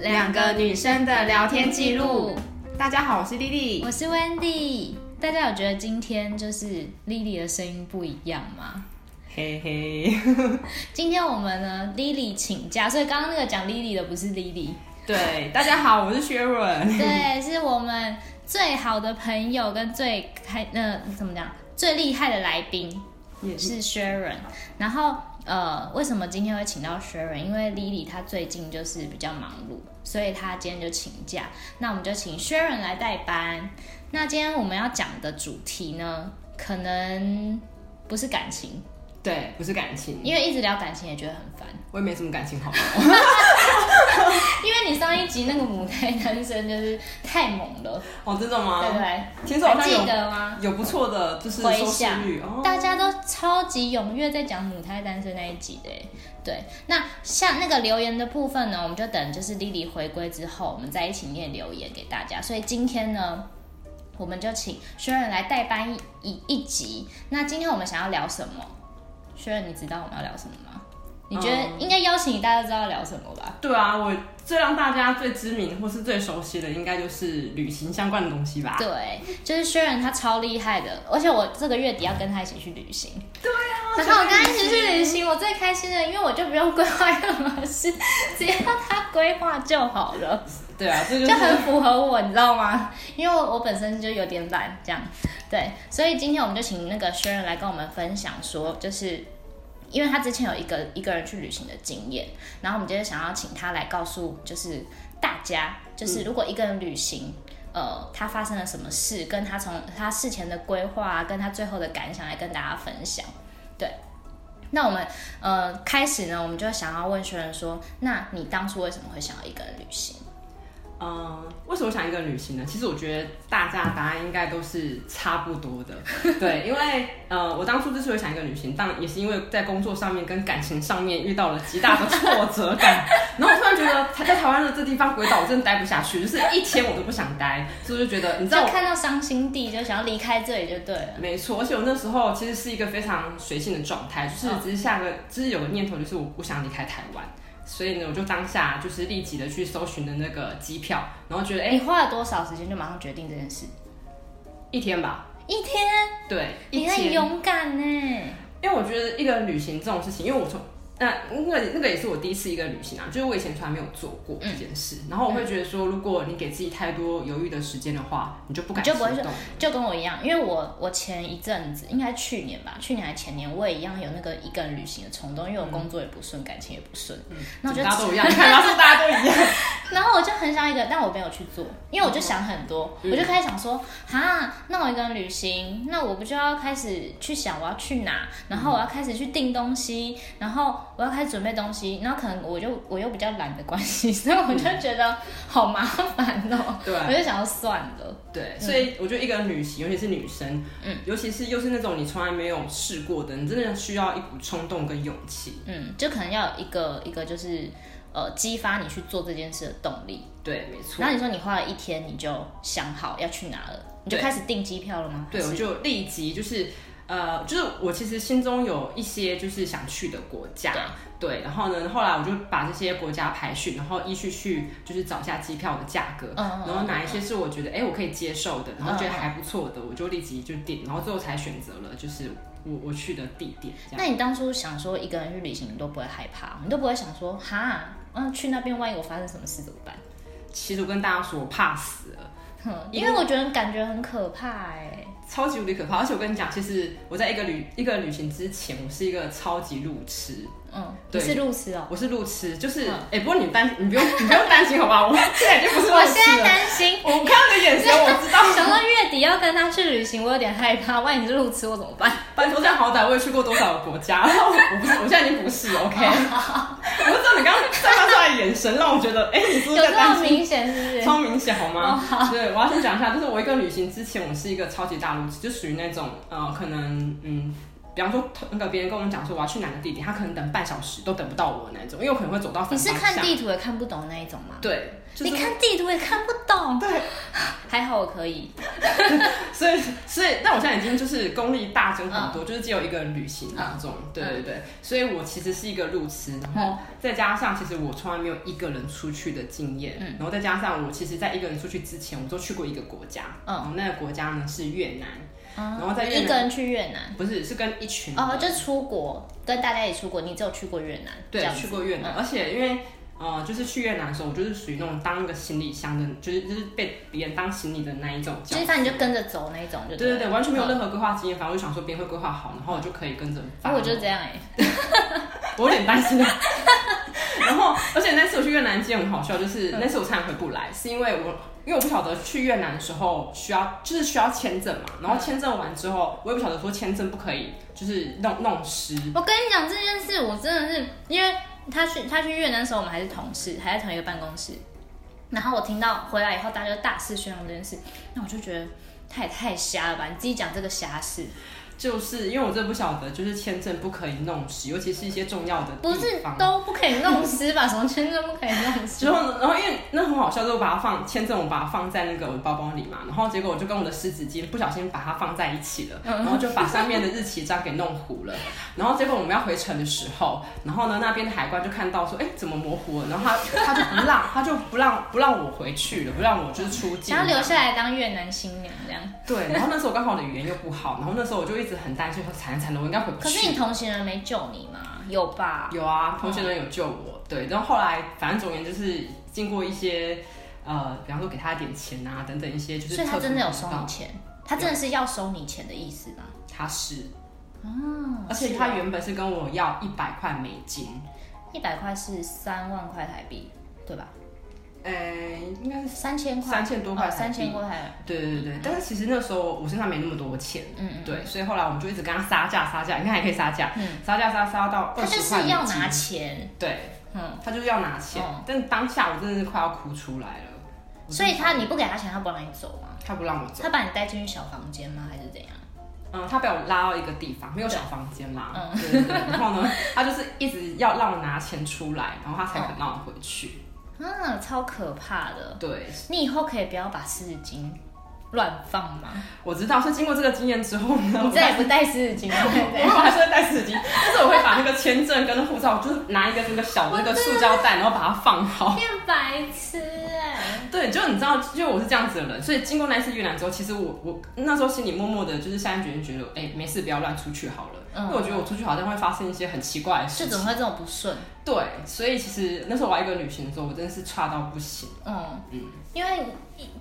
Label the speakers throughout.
Speaker 1: 两个女生的聊天记录。大家好，我是丽丽
Speaker 2: 我。是 Wendy。大家有觉得今天就是 Lily 的声音不一样吗？
Speaker 1: 嘿嘿，
Speaker 2: 今天我们呢，Lily 请假，所以刚刚那个讲 Lily 的不是 Lily，
Speaker 1: 对，大家好，我是薛 润。
Speaker 2: 对，是我们最好的朋友跟最开呃怎么讲最厉害的来宾
Speaker 1: 也
Speaker 2: 是 Sharon。然后呃，为什么今天会请到 Sharon？因为 Lily 她最近就是比较忙碌，所以她今天就请假。那我们就请 Sharon 来代班。那今天我们要讲的主题呢，可能不是感情，
Speaker 1: 对，不是感情，
Speaker 2: 因为一直聊感情也觉得很烦。
Speaker 1: 我也没什么感情好。
Speaker 2: 因为你上一集那个母胎单身就是太猛了，
Speaker 1: 哦，真的
Speaker 2: 对不
Speaker 1: 吗？
Speaker 2: 对？
Speaker 1: 其实好
Speaker 2: 还
Speaker 1: 像
Speaker 2: 记
Speaker 1: 有
Speaker 2: 得吗？
Speaker 1: 有不错的，就是
Speaker 2: 回
Speaker 1: 收视
Speaker 2: 响
Speaker 1: 率哦。
Speaker 2: 大家都超级踊跃在讲母胎单身那一集的耶，对。那像那个留言的部分呢，我们就等就是 Lily 回归之后，我们再一起念留言给大家。所以今天呢，我们就请轩仁来代班一一一集。那今天我们想要聊什么？轩仁，你知道我们要聊什么吗？你觉得
Speaker 1: 嗯
Speaker 2: 应该邀请你，大家知道聊什么吧？
Speaker 1: 对啊，我最让大家最知名或是最熟悉的，应该就是旅行相关的东西吧。
Speaker 2: 对，就是轩仁他超厉害的，而且我这个月底要跟他一起去旅行。
Speaker 1: 啊
Speaker 2: 然后我跟他一起去旅行，我最开心的，因为我就不用规划任何事，只要他规划就好了，
Speaker 1: 对啊，这就
Speaker 2: 就是很符合我，你知道吗？ 因为我本身就有点懒，这样对，所以今天我们就请那个轩仁来跟我们分享说，就是因为他之前有一个一个人去旅行的经验，然后我们就是想要请他来告诉，就是大家，就是如果一个人旅行。呃，他发生了什么事，跟他从他事前的规划、啊，跟他最后的感想来跟大家分享。对，那我们呃开始呢，我们就想要问学人说，那你当初为什么会想要一个人旅行？
Speaker 1: 嗯，为什么想一个人旅行呢？其实我觉得大家的答案应该都是差不多 的，对，因为呃，我当初之所以想一个人旅行，当然也是因为在工作上面跟感情上面遇到了极大的挫折 感，然后我突然觉得他在台湾的这地方鬼岛我真的待不下去，就是一天我都不想待，所以我就觉得你知道
Speaker 2: 就
Speaker 1: 我
Speaker 2: 看到伤心地就想要离开这里就对了。
Speaker 1: 没错，而且我那时候其实是一个非常随性的状态，就是只是下个，只是有个念头，就是我不想离开台湾，所以呢，我就当下就是立即的去搜寻的那个机票，然后觉得哎、
Speaker 2: 你花了多少时间就马上决定这件事？
Speaker 1: 一天吧，
Speaker 2: 一天，
Speaker 1: 对，一
Speaker 2: 你很
Speaker 1: 天，
Speaker 2: 勇敢呢。
Speaker 1: 因为我觉得一个人旅行这种事情，因为我从那那个那个也是我第一次一个人旅行啊，就是我以前从来没有做过
Speaker 2: 嗯
Speaker 1: 这件事，然后我会觉得说，如果你给自己太多犹豫的时间的话，你就不敢
Speaker 2: 你就不会
Speaker 1: 行动
Speaker 2: 就跟我一样，因为我我前一阵子应该去年吧，去年还前年，我也一样有那个一个人旅行的冲动，因为我工作也不顺，感情也不顺，那我就
Speaker 1: 嗯大 家都一样，你看他说大家都一样，
Speaker 2: 然后我就很想一个，但我没有去做，因为我就想很多，
Speaker 1: 嗯
Speaker 2: 我就开始想说，哈，那我一个人旅行，那我不就要开始去想我要去哪，然后我要开始去订东西，然后我要开始准备东西，然后可能我就我又比较懒的关系，所以我就觉得好麻烦哦，
Speaker 1: 对。啊
Speaker 2: 我就想要算了，
Speaker 1: 对，
Speaker 2: 嗯
Speaker 1: 所以我觉得一个人旅行，尤其是女生，嗯，尤其是又是那种你从来没有试过的，你真的需要一股冲动跟勇气。
Speaker 2: 嗯，就可能要有一个一个就是呃激发你去做这件事的动力。
Speaker 1: 对，没错
Speaker 2: 然。后你说你花了一天，你就想好要去哪了，你就
Speaker 1: 对
Speaker 2: 开始订机票了吗？
Speaker 1: 对，
Speaker 2: 还
Speaker 1: 我
Speaker 2: 是
Speaker 1: 就立即就是。呃，就是我其实心中有一些就是想去的国家，对，然后呢，后来我就把这些国家排序，然后依序去就是找一下机票的价格，
Speaker 2: 嗯嗯
Speaker 1: 然后哪一些是我觉得哎、我可以接受的，然后觉得还不错的，我就立即就订，然后最后才选择了就是我我去的地点这样。
Speaker 2: 那你当初想说一个人去旅行，你都不会害怕，你都不会想说哈，嗯、去那边万一我发生什么事怎么办？
Speaker 1: 其实我跟大家说，我怕死了。
Speaker 2: 哼，因为我觉得感觉很可怕哎、
Speaker 1: 超级无敌可怕。而且我跟你讲，其实我在一个旅一个旅行之前，我是一个超级路痴，
Speaker 2: 嗯，你
Speaker 1: 对
Speaker 2: 是路痴哦、
Speaker 1: 我是路痴，就是哎
Speaker 2: 嗯、
Speaker 1: 诶不过你担你不用你不用担心好吧，我现在已经不是路
Speaker 2: 我现
Speaker 1: 痴
Speaker 2: 在
Speaker 1: 了。
Speaker 2: 担心，
Speaker 1: 我看到你的眼神，我知道。
Speaker 2: 想到月底要跟他去旅行，我有点害怕，万一你是路痴，我怎么办？
Speaker 1: 拜托，这样好歹我也去过多少个国家， 然后我不是，我现在已经不是了 OK。我不知道你刚刚散发出来的眼神，让我觉得，哎、你是
Speaker 2: 有
Speaker 1: 不是在
Speaker 2: 这
Speaker 1: 担
Speaker 2: 么
Speaker 1: 心？
Speaker 2: 明显哦是不是？
Speaker 1: 超明显好吗？对，我要先讲一下，就是我一个人旅行之前，我是一个超级大路痴，就属于那种呃，可能嗯，比方说，那个别人跟我们讲说我要去哪个地点，他可能嗯等半小时都等不到我那种，因为我可能会走到
Speaker 2: 你
Speaker 1: 反
Speaker 2: 是
Speaker 1: 方
Speaker 2: 看
Speaker 1: 向。
Speaker 2: 地图也看不懂那一种吗？
Speaker 1: 对，就是、
Speaker 2: 你看地图也看不懂，
Speaker 1: 对，
Speaker 2: 还好我可以。
Speaker 1: 所以，所以，但我现在已经就是功力大增很
Speaker 2: 嗯
Speaker 1: 多，就是只有一个人旅行当中，对对对，所以我其实是一个路痴，然
Speaker 2: 哦
Speaker 1: 后再加上其实我从来没有一个人出去的经验，
Speaker 2: 嗯
Speaker 1: 然后再加上我其实在一个人出去之前，我都去过一个国家，
Speaker 2: 嗯
Speaker 1: 然后那个国家呢是越南，
Speaker 2: 然
Speaker 1: 后在越南嗯
Speaker 2: 一个人去越南，
Speaker 1: 不是是跟一群人
Speaker 2: 哦，就出国跟大家一起出国，你只有去过越南，这
Speaker 1: 对
Speaker 2: 样子嗯
Speaker 1: 去过越南，而且因为。呃，就是去越南的时候，我就是属于那种当一个行李箱的，就是就是被别人当行李的那一种角色。
Speaker 2: 就是反正你就跟着走那一种，就
Speaker 1: 对对对，
Speaker 2: 了
Speaker 1: 完全没有
Speaker 2: 嗯
Speaker 1: 任何规划经验，反正我就想说别人会规划好，然后我就可以跟着发
Speaker 2: 啊
Speaker 1: 展。
Speaker 2: 我就这样哎，
Speaker 1: 我有点担心 啊。然后，而且那次我去越南经验很好笑，就是那次我差点回不来，是因为我因为我不晓得去越南的时候需要就是需要签证嘛，然后签证完之后，我也不晓得说签证不可以就是弄弄湿。
Speaker 2: 我跟你讲这件事，我真的是因为他去他去越南的时候，我们还是同事，还在同一个办公室。然后我听到回来以后，大家就大肆宣扬这件事，那我就觉得他也太瞎了吧！你自己讲这个瞎事，
Speaker 1: 就是因为我真的不晓得，就是签证不可以弄湿，尤其是一些重要的地
Speaker 2: 不
Speaker 1: 方。
Speaker 2: 是都不可以弄湿吧？什么签证不可以弄湿？
Speaker 1: 之后呢，然后因为那很好笑，就是我把它放签证，我把它放在那个我的包包里嘛，然后结果我就跟我的湿纸巾不小心把它放在一起了，
Speaker 2: 嗯
Speaker 1: 然后就把上面的日期章给弄糊了。然后结果我们要回程的时候，然后呢那边的海关就看到说，哎，怎么模糊了？然后他他就不让，他就不让不让我回去了，不让我就是出境
Speaker 2: 想要。留下来当越南新娘这样，
Speaker 1: 对，然后那时候我刚好我的语言又不好，然后那时候我就一直很担心，说惨了惨了，我应该回不
Speaker 2: 可
Speaker 1: 去。
Speaker 2: 是你同行人没救你吗？有吧？嗯
Speaker 1: 有啊，同学呢有救我，对，然后后来反正总而言之就是经过一些呃，比方说给他一点钱啊，等等一些就是
Speaker 2: 所以他
Speaker 1: 特殊
Speaker 2: 真的有
Speaker 1: 管
Speaker 2: 收
Speaker 1: 道
Speaker 2: 你钱，他真的是要收你钱的意思吗？
Speaker 1: 他是，
Speaker 2: 哦，
Speaker 1: 而且他原本是跟我要一百块美金，
Speaker 2: 一百块是三万块台币，对吧？
Speaker 1: 呃，应该是
Speaker 2: 三千块，
Speaker 1: 三千多块
Speaker 2: 哦
Speaker 1: 台
Speaker 2: 三
Speaker 1: 币
Speaker 2: 千。块台
Speaker 1: 对对对对，但是其实那时候我身上没那么多钱，
Speaker 2: 币，嗯，
Speaker 1: 对，所以后来我们就一直跟他杀价杀价，你看还可以杀价，杀价杀杀到
Speaker 2: 他
Speaker 1: 二
Speaker 2: 就
Speaker 1: 十块
Speaker 2: 是要
Speaker 1: 美金，
Speaker 2: 拿钱，
Speaker 1: 对，
Speaker 2: 嗯，
Speaker 1: 他就是要拿钱
Speaker 2: 哦，
Speaker 1: 但当下我真的是快要哭出来了，我
Speaker 2: 所
Speaker 1: 真的
Speaker 2: 以他你不给他钱，他不让你走吗？
Speaker 1: 他不让我走。
Speaker 2: 他把你带进去小房间吗？还是怎样？
Speaker 1: 嗯，他被我拉到一个地方，没有小房间啦。
Speaker 2: 嗯
Speaker 1: 对对对。然后呢， 他就是一直要让我拿钱出来，然后他才肯让我回去。
Speaker 2: 啊，超可怕的！
Speaker 1: 对，
Speaker 2: 你以后可以不要把湿纸巾乱放吗？
Speaker 1: 我知道。所以经过这个经验之后 呢，
Speaker 2: 你
Speaker 1: 我
Speaker 2: 再也不带湿纸巾了，对不对
Speaker 1: 我还是会带纸巾，但是我会把那个签证跟护照，就是拿一个那个小的那个塑胶袋，然后把它放好。
Speaker 2: 变白痴哎、
Speaker 1: 对，就你知道，就我是这样子的人，所以经过那次越南之后，其实我我那时候心里默默的，就是下定决心觉得，哎、没事，不要乱出去好了，
Speaker 2: 嗯
Speaker 1: 因为我觉得我出去好像会发生一些很奇怪的
Speaker 2: 就
Speaker 1: 事
Speaker 2: 怎
Speaker 1: 情。
Speaker 2: 么会这么不顺？
Speaker 1: 对，所以其实那时候我要一个旅行的时候，我真的是差到不行。
Speaker 2: 嗯
Speaker 1: 嗯，
Speaker 2: 因为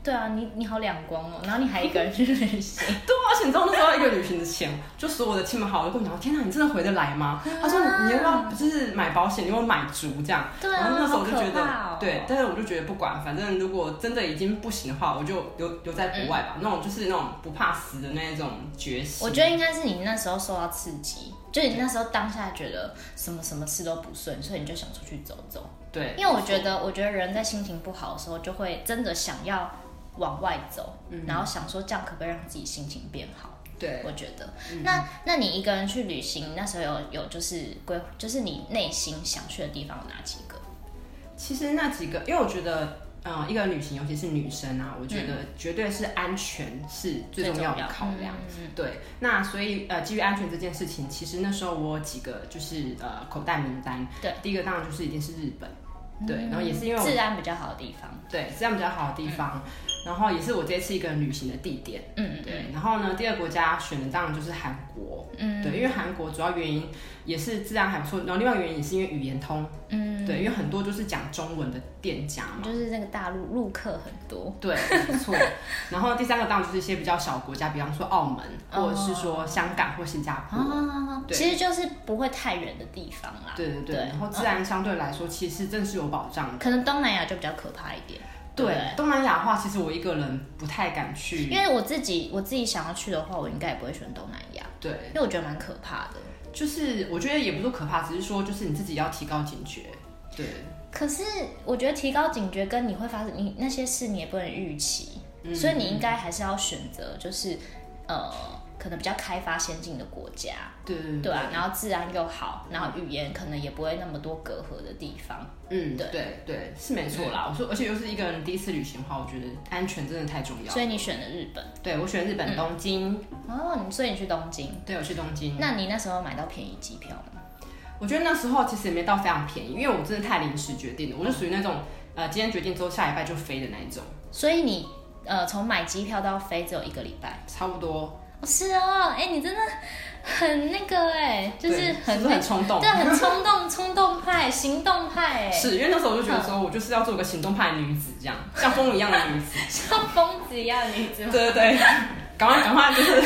Speaker 2: 对啊，你你好两光哦，然后你还一个人去旅行，
Speaker 1: 对啊，而且你知道那时候一个旅行的钱，就所有的亲朋好友跟我讲，哦天哪，你真的回得来吗？
Speaker 2: 嗯
Speaker 1: 他说你要不要就是买保险，你要不要买足这样。
Speaker 2: 对
Speaker 1: 然后
Speaker 2: 啊，
Speaker 1: 那时候
Speaker 2: 好
Speaker 1: 我就
Speaker 2: 可
Speaker 1: 觉得，
Speaker 2: 怕哦。
Speaker 1: 对，但是我就觉得不管，反正如果真的已经不行的话，我就留留在国外吧。那种就是那种不怕死的那种决心。
Speaker 2: 我觉得应该是你那时候受到刺激，就你那时候当下觉得什么什么事都不顺，所以你就想出去走走。
Speaker 1: 对，
Speaker 2: 因为我觉得，我觉得人在心情不好的时候，就会真的想要往外走，
Speaker 1: 嗯
Speaker 2: 然后想说这样可不可以让自己心情变好。
Speaker 1: 对，嗯
Speaker 2: 我觉得，那那你一个人去旅行，那时候有有就是规，就是你内心想去的地方有哪几个？
Speaker 1: 其实那几个，因为我觉得。嗯，一个旅行，尤其是女生啊，我觉得绝对是安全是最重要的考量。
Speaker 2: 嗯
Speaker 1: 对，那所以呃，基于安全这件事情，其实那时候我有几个就是呃口袋名单，
Speaker 2: 对，嗯
Speaker 1: 第一个当然就是一定是日本，对，然后也是因为我
Speaker 2: 治安比较好的地方。
Speaker 1: 对这样比较好的地方，然后也是我这次一个人旅行的地点，
Speaker 2: 嗯
Speaker 1: 对，然后呢，第二个国家选的当然就是韩国，
Speaker 2: 嗯
Speaker 1: 对，因为韩国主要原因也是治安还不错，然后另外原因也是因为语言通，
Speaker 2: 嗯，
Speaker 1: 对，因为很多就是讲中文的店家嘛。
Speaker 2: 就是那个大陆陆客很多。
Speaker 1: 对，没错。然后第三个当然就是一些比较小国家，比方说澳门，
Speaker 2: 哦
Speaker 1: 或者是说香港或新加坡。
Speaker 2: 啊，
Speaker 1: 对
Speaker 2: 其实就是不会太远的地方啦。
Speaker 1: 对对对，
Speaker 2: 对哦
Speaker 1: 然后自然相对来说，其实正是有保障的。
Speaker 2: 可能东南亚就比较可怕一点。不
Speaker 1: 对，东南亚的话，其实我一个人不太敢
Speaker 2: 因
Speaker 1: 去。
Speaker 2: 为我自己我自己想要去的话，我应该也不会选东南亚，
Speaker 1: 对，
Speaker 2: 因为我觉得蛮可怕的。
Speaker 1: 就是我觉得也不是说可怕，只是说就是你自己要提高警觉。对，
Speaker 2: 可是我觉得提高警觉跟你会发生你
Speaker 1: 嗯
Speaker 2: 那些事你也不能预期，所以你应该还是要选择就是呃可能比较开发先进的国家，
Speaker 1: 对对对
Speaker 2: 对啊，然后治安又好，然后语言可能也不会那么多隔阂的地方。
Speaker 1: 嗯，
Speaker 2: 对嗯
Speaker 1: 对对，是没错啦。我说，而且又是一个人第一次旅行的话，我觉得安全真的太重要
Speaker 2: 所。以你选了日本
Speaker 1: 对我选日
Speaker 2: 嗯
Speaker 1: 本东京，
Speaker 2: 哦，你所以你去东京，
Speaker 1: 对我去东京，
Speaker 2: 那你那时候买到便宜机票吗？
Speaker 1: 我觉得那时候其实也没到非常便宜，因为我真的太临时决定了，我就属于那种呃今天决定之后下礼拜就飞的那一种，
Speaker 2: 所以你呃从买机票到飞只有一个礼拜。
Speaker 1: 差不多，
Speaker 2: 哦，是哦，哎、你真的很那个哎、就是
Speaker 1: 对
Speaker 2: 很
Speaker 1: 不是很冲动
Speaker 2: 对，。很冲动，冲动派，行动派哎，
Speaker 1: 是因为那时候我就觉得说，我就是要做个行动派的女子，这样像风一样的女子。
Speaker 2: 像疯子一样的女子
Speaker 1: 对
Speaker 2: 吗。
Speaker 1: 对对，赶快赶快就是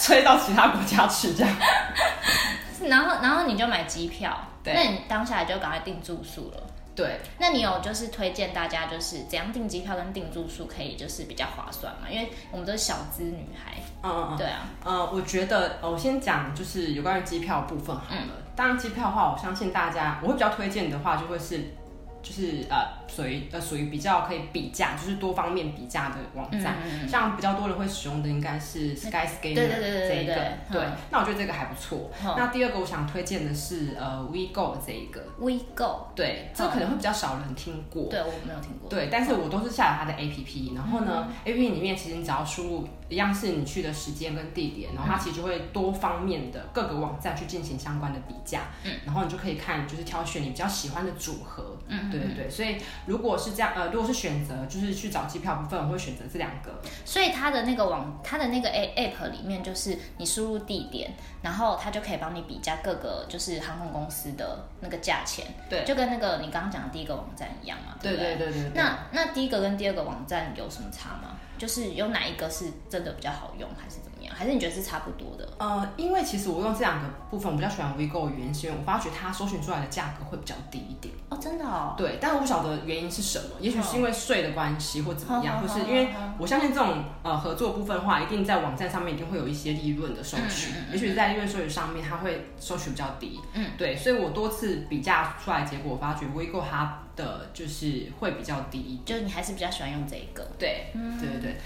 Speaker 1: 吹到其他国家去，这样。
Speaker 2: 然后，然后你就买机票，
Speaker 1: 对
Speaker 2: 那你当下就赶快订住宿了。
Speaker 1: 对，
Speaker 2: 那你有就是推荐大家就是怎样订机票跟订住宿可以就是比较划算嘛？因为我们都是小资女孩，
Speaker 1: 嗯嗯嗯。
Speaker 2: 对啊，
Speaker 1: 呃，我觉得、呃我先讲就是有关于机票的部分好了。
Speaker 2: 嗯
Speaker 1: 当然，机票的话，我相信大家我会比较推荐的话，就会是就是呃属于呃属于比较可以比价，就是多方面比价的网站。
Speaker 2: 嗯
Speaker 1: 像比较多人会使用的应该是 Skyscanner
Speaker 2: 对对对对
Speaker 1: 这
Speaker 2: 对
Speaker 1: 一个，
Speaker 2: 对
Speaker 1: 对
Speaker 2: 嗯。
Speaker 1: 那我觉得这个还不错。
Speaker 2: 嗯
Speaker 1: 那第二个我想推荐的是呃 WeGo 这一个，
Speaker 2: ，WeGo，
Speaker 1: 对，
Speaker 2: 嗯
Speaker 1: 这个可能会比较少人听过。
Speaker 2: 对我没有听过，
Speaker 1: 对，但是我都是下了它的 APP，然后呢、a p p 里面其实你只要输入一样是你去的时间跟地点，然后它其实就会多方面的各个网站去进行相关的比价，嗯，然后你就可以看就是挑选你比较喜欢的组合，嗯，对对对，所以如果是这样，呃，如果是选择就是去找机票部分，我会选择这两个，
Speaker 2: 所以它的那个网，它的那个 A App 里面就是你输入地点，然后它就可以帮你比价各个就是航空公司的那个价钱，
Speaker 1: 对
Speaker 2: 就跟那个你刚刚讲的第一个网站一样嘛，
Speaker 1: 对
Speaker 2: 不
Speaker 1: 对对对对。
Speaker 2: 那那第一个跟第二个网站有什么差吗？就是有哪一个是真的比较好用，还是怎么样？还是你觉得是差不多的？
Speaker 1: 呃，因为其实我用这两个部分，我比较喜欢 WeGo 的原因是因为我发觉它搜寻出来的价格会比较低一点。
Speaker 2: 哦，真的哦，
Speaker 1: 对，但我不晓得原因是什么，也许是
Speaker 2: 嗯
Speaker 1: 因为税的关系或怎么样，
Speaker 2: 好
Speaker 1: 或
Speaker 2: 好
Speaker 1: 是
Speaker 2: 好
Speaker 1: 因为我相信这种呃合作部分的话，一定在网站上面一定会有一些利润的收取，也许在利润收取上面它会收取比较低。
Speaker 2: 嗯，
Speaker 1: 对，所以我多次比价出来，结果我发觉 WeGo 它的就是会比较低。
Speaker 2: 就是你还是比较喜欢用这一个。
Speaker 1: 对，
Speaker 2: 嗯
Speaker 1: 对对对。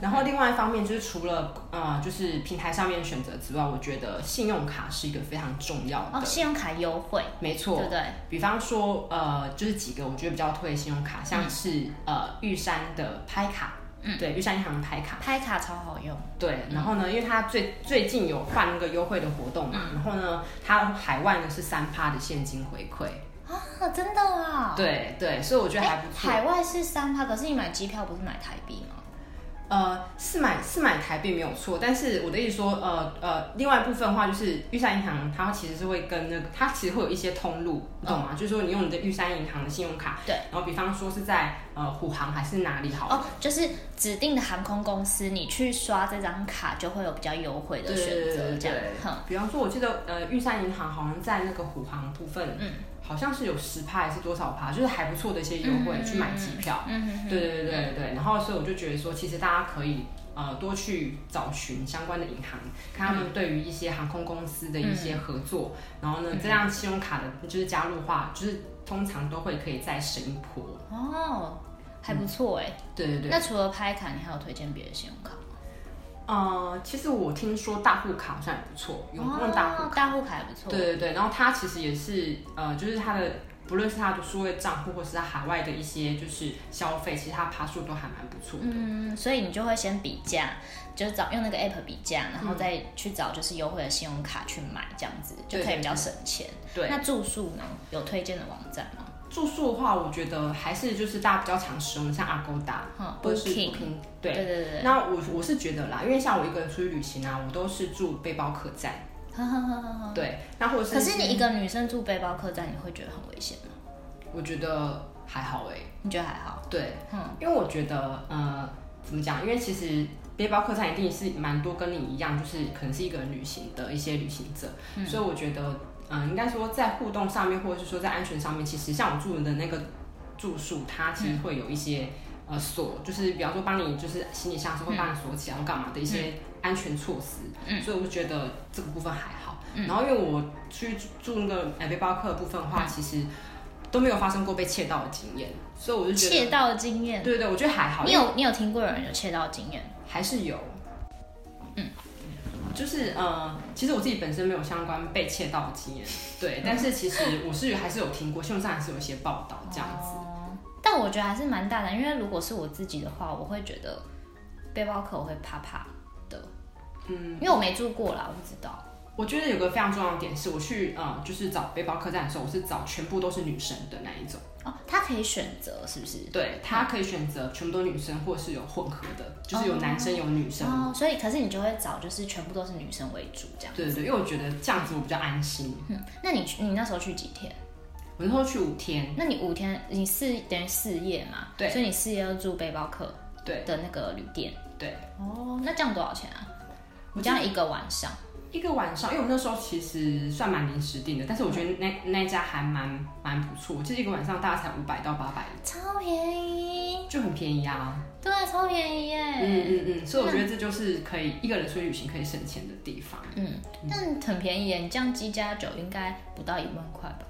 Speaker 1: 然后另外一方面就是除了呃就是平台上面的选择之外，我觉得信用卡是一个非常重要的。
Speaker 2: 哦，信用卡优惠，
Speaker 1: 没错，
Speaker 2: 对不对？
Speaker 1: 比方说，呃，就是几个我觉得比较推的信用卡，像是、呃玉山的拍卡，嗯，对，玉山银行的拍卡，
Speaker 2: 拍卡超好用，
Speaker 1: 对。然后呢，因为它最最近有办那个优惠的活动嘛，然后呢，它海外呢是三趴的现金回馈，
Speaker 2: 啊，真的啊。
Speaker 1: 对对，所以我觉得还
Speaker 2: 哎
Speaker 1: 不错。
Speaker 2: 海外是三趴，可是你买机票不是买台币吗？
Speaker 1: 呃，是买是买台币没有错，但是我的意思说，呃呃，另外一部分的话就是玉山银行，它其实是会跟那个，它其实会有一些通路，你懂吗？就是说你用你的玉山银行的信用卡，
Speaker 2: 对，
Speaker 1: 然后比方说是在呃虎航还是哪里好了
Speaker 2: 哦，就是指定的航空公司，你去刷这张卡就会有比较优惠的选择，这样。哼，
Speaker 1: 比方说，我记得呃，玉山银行好像在那个虎航部分，嗯，好像是有十趴还是多少趴，就是还不错的一些优惠、去买机票。嗯，对对对对对。然后，所以我就觉得说，其实大家可以。呃，多去找寻相关的银行，看他们对于一些航空公司的一些合作，然后呢，这样信用卡的就是加入的话，就是通常都会可以再升一波。
Speaker 2: 哦，还不错哎。
Speaker 1: 对嗯对对。
Speaker 2: 那除了拍卡，你还有推荐别的信用卡吗？
Speaker 1: 呃，其实我听说大户卡好像也不错，有用大户卡
Speaker 2: 哦，大户卡还不错。
Speaker 1: 对对对，然后它其实也是呃，就是它的不论是它的数位账户，或是它海外的一些就是消费，其实它爬数都还蛮不错的。
Speaker 2: 嗯，所以你就会先比价，就是找用那个 app 比价，然后再去找就是优惠的信用卡去买，这样子就
Speaker 1: 对
Speaker 2: 可以比较省钱。
Speaker 1: 对，
Speaker 2: 那住宿呢？有推荐的网站吗？
Speaker 1: 住宿的话，我觉得还是就是大家比较常使用的，像 Agoda
Speaker 2: 哈
Speaker 1: 或者是
Speaker 2: ，Booking，
Speaker 1: Booking，
Speaker 2: 对对
Speaker 1: 对。
Speaker 2: 对对，
Speaker 1: 那我我是觉得啦，因为像我一个人出去旅行啊，我都是住背包客栈，
Speaker 2: 哈哈哈哈哈。
Speaker 1: 对。那或者是
Speaker 2: 可是你一个女生住背包客栈，你会觉得很危险吗？
Speaker 1: 我觉得还好哎、
Speaker 2: 你觉得还好？
Speaker 1: 对，
Speaker 2: 嗯
Speaker 1: 因为我觉得，呃，怎么讲？因为其实背包客栈一定是蛮多跟你一样，就是可能是一个人旅行的一些旅行者，所以我觉得，嗯、应该说在互动上面，或者是说在安全上面，其实像我住的那个住宿，它
Speaker 2: 嗯
Speaker 1: 其实会有一些、呃锁，就是比方说帮你就是行李箱是会帮你锁起来，或干嘛的一些安全措施，
Speaker 2: 嗯
Speaker 1: 所以我就觉得这个部分还好。然后因为我去住那个呃背包客的部分的
Speaker 2: 嗯
Speaker 1: 话，其实。都没有发生过被窃盗的经验，所以我就觉得
Speaker 2: 窃盗的经验，
Speaker 1: 对对，我觉得还好，
Speaker 2: 你
Speaker 1: 因为
Speaker 2: 有你有听过有人有窃盗的经验？
Speaker 1: 还是有。就是呃，其实我自己本身没有相关被窃盗的 经验，对，但是其实我是还是有听过，新闻上还是有一些报道这样子。
Speaker 2: 哦但我觉得还是蛮大胆，因为如果是我自己的话，我会觉得背包客我会怕怕的，
Speaker 1: 嗯，
Speaker 2: 因为我没住过啦，我不知道。
Speaker 1: 我觉得有个非常重要的点是，我去呃，就是找背包客栈的时候，我是找全部都是女生的那一种，
Speaker 2: 哦，他可以选择是不是？
Speaker 1: 对他可以选择全部都女生，或是有混合的，就是有男生有女生。
Speaker 2: 哦，所以可是你就会找就是全部都是女生为主这样。
Speaker 1: 对对对，因为我觉得这样子我比较安心。
Speaker 2: 嗯，那你去你那时候去几天？
Speaker 1: 我那时候去五天，
Speaker 2: 那你五天，你四等于四夜嘛？
Speaker 1: 嗯对
Speaker 2: 所以你四夜要住背包客
Speaker 1: 对
Speaker 2: 的那个旅店。
Speaker 1: 对，
Speaker 2: 哦，那这样多少钱啊？
Speaker 1: 我
Speaker 2: 你这样一个晚上，
Speaker 1: 一个晚上，因为我那时候其实算蛮临时订的，但是我觉得那那一家还蛮蛮不错，我记得一个晚上大概才五百到八百，
Speaker 2: 超便宜，
Speaker 1: 就很便宜啊。
Speaker 2: 对，超便宜耶。
Speaker 1: 嗯嗯嗯，所以我觉得这就是可以一个人出去旅行可以省钱的地方。
Speaker 2: 嗯，但很便宜耶，你这样机加酒应该不到一万块吧？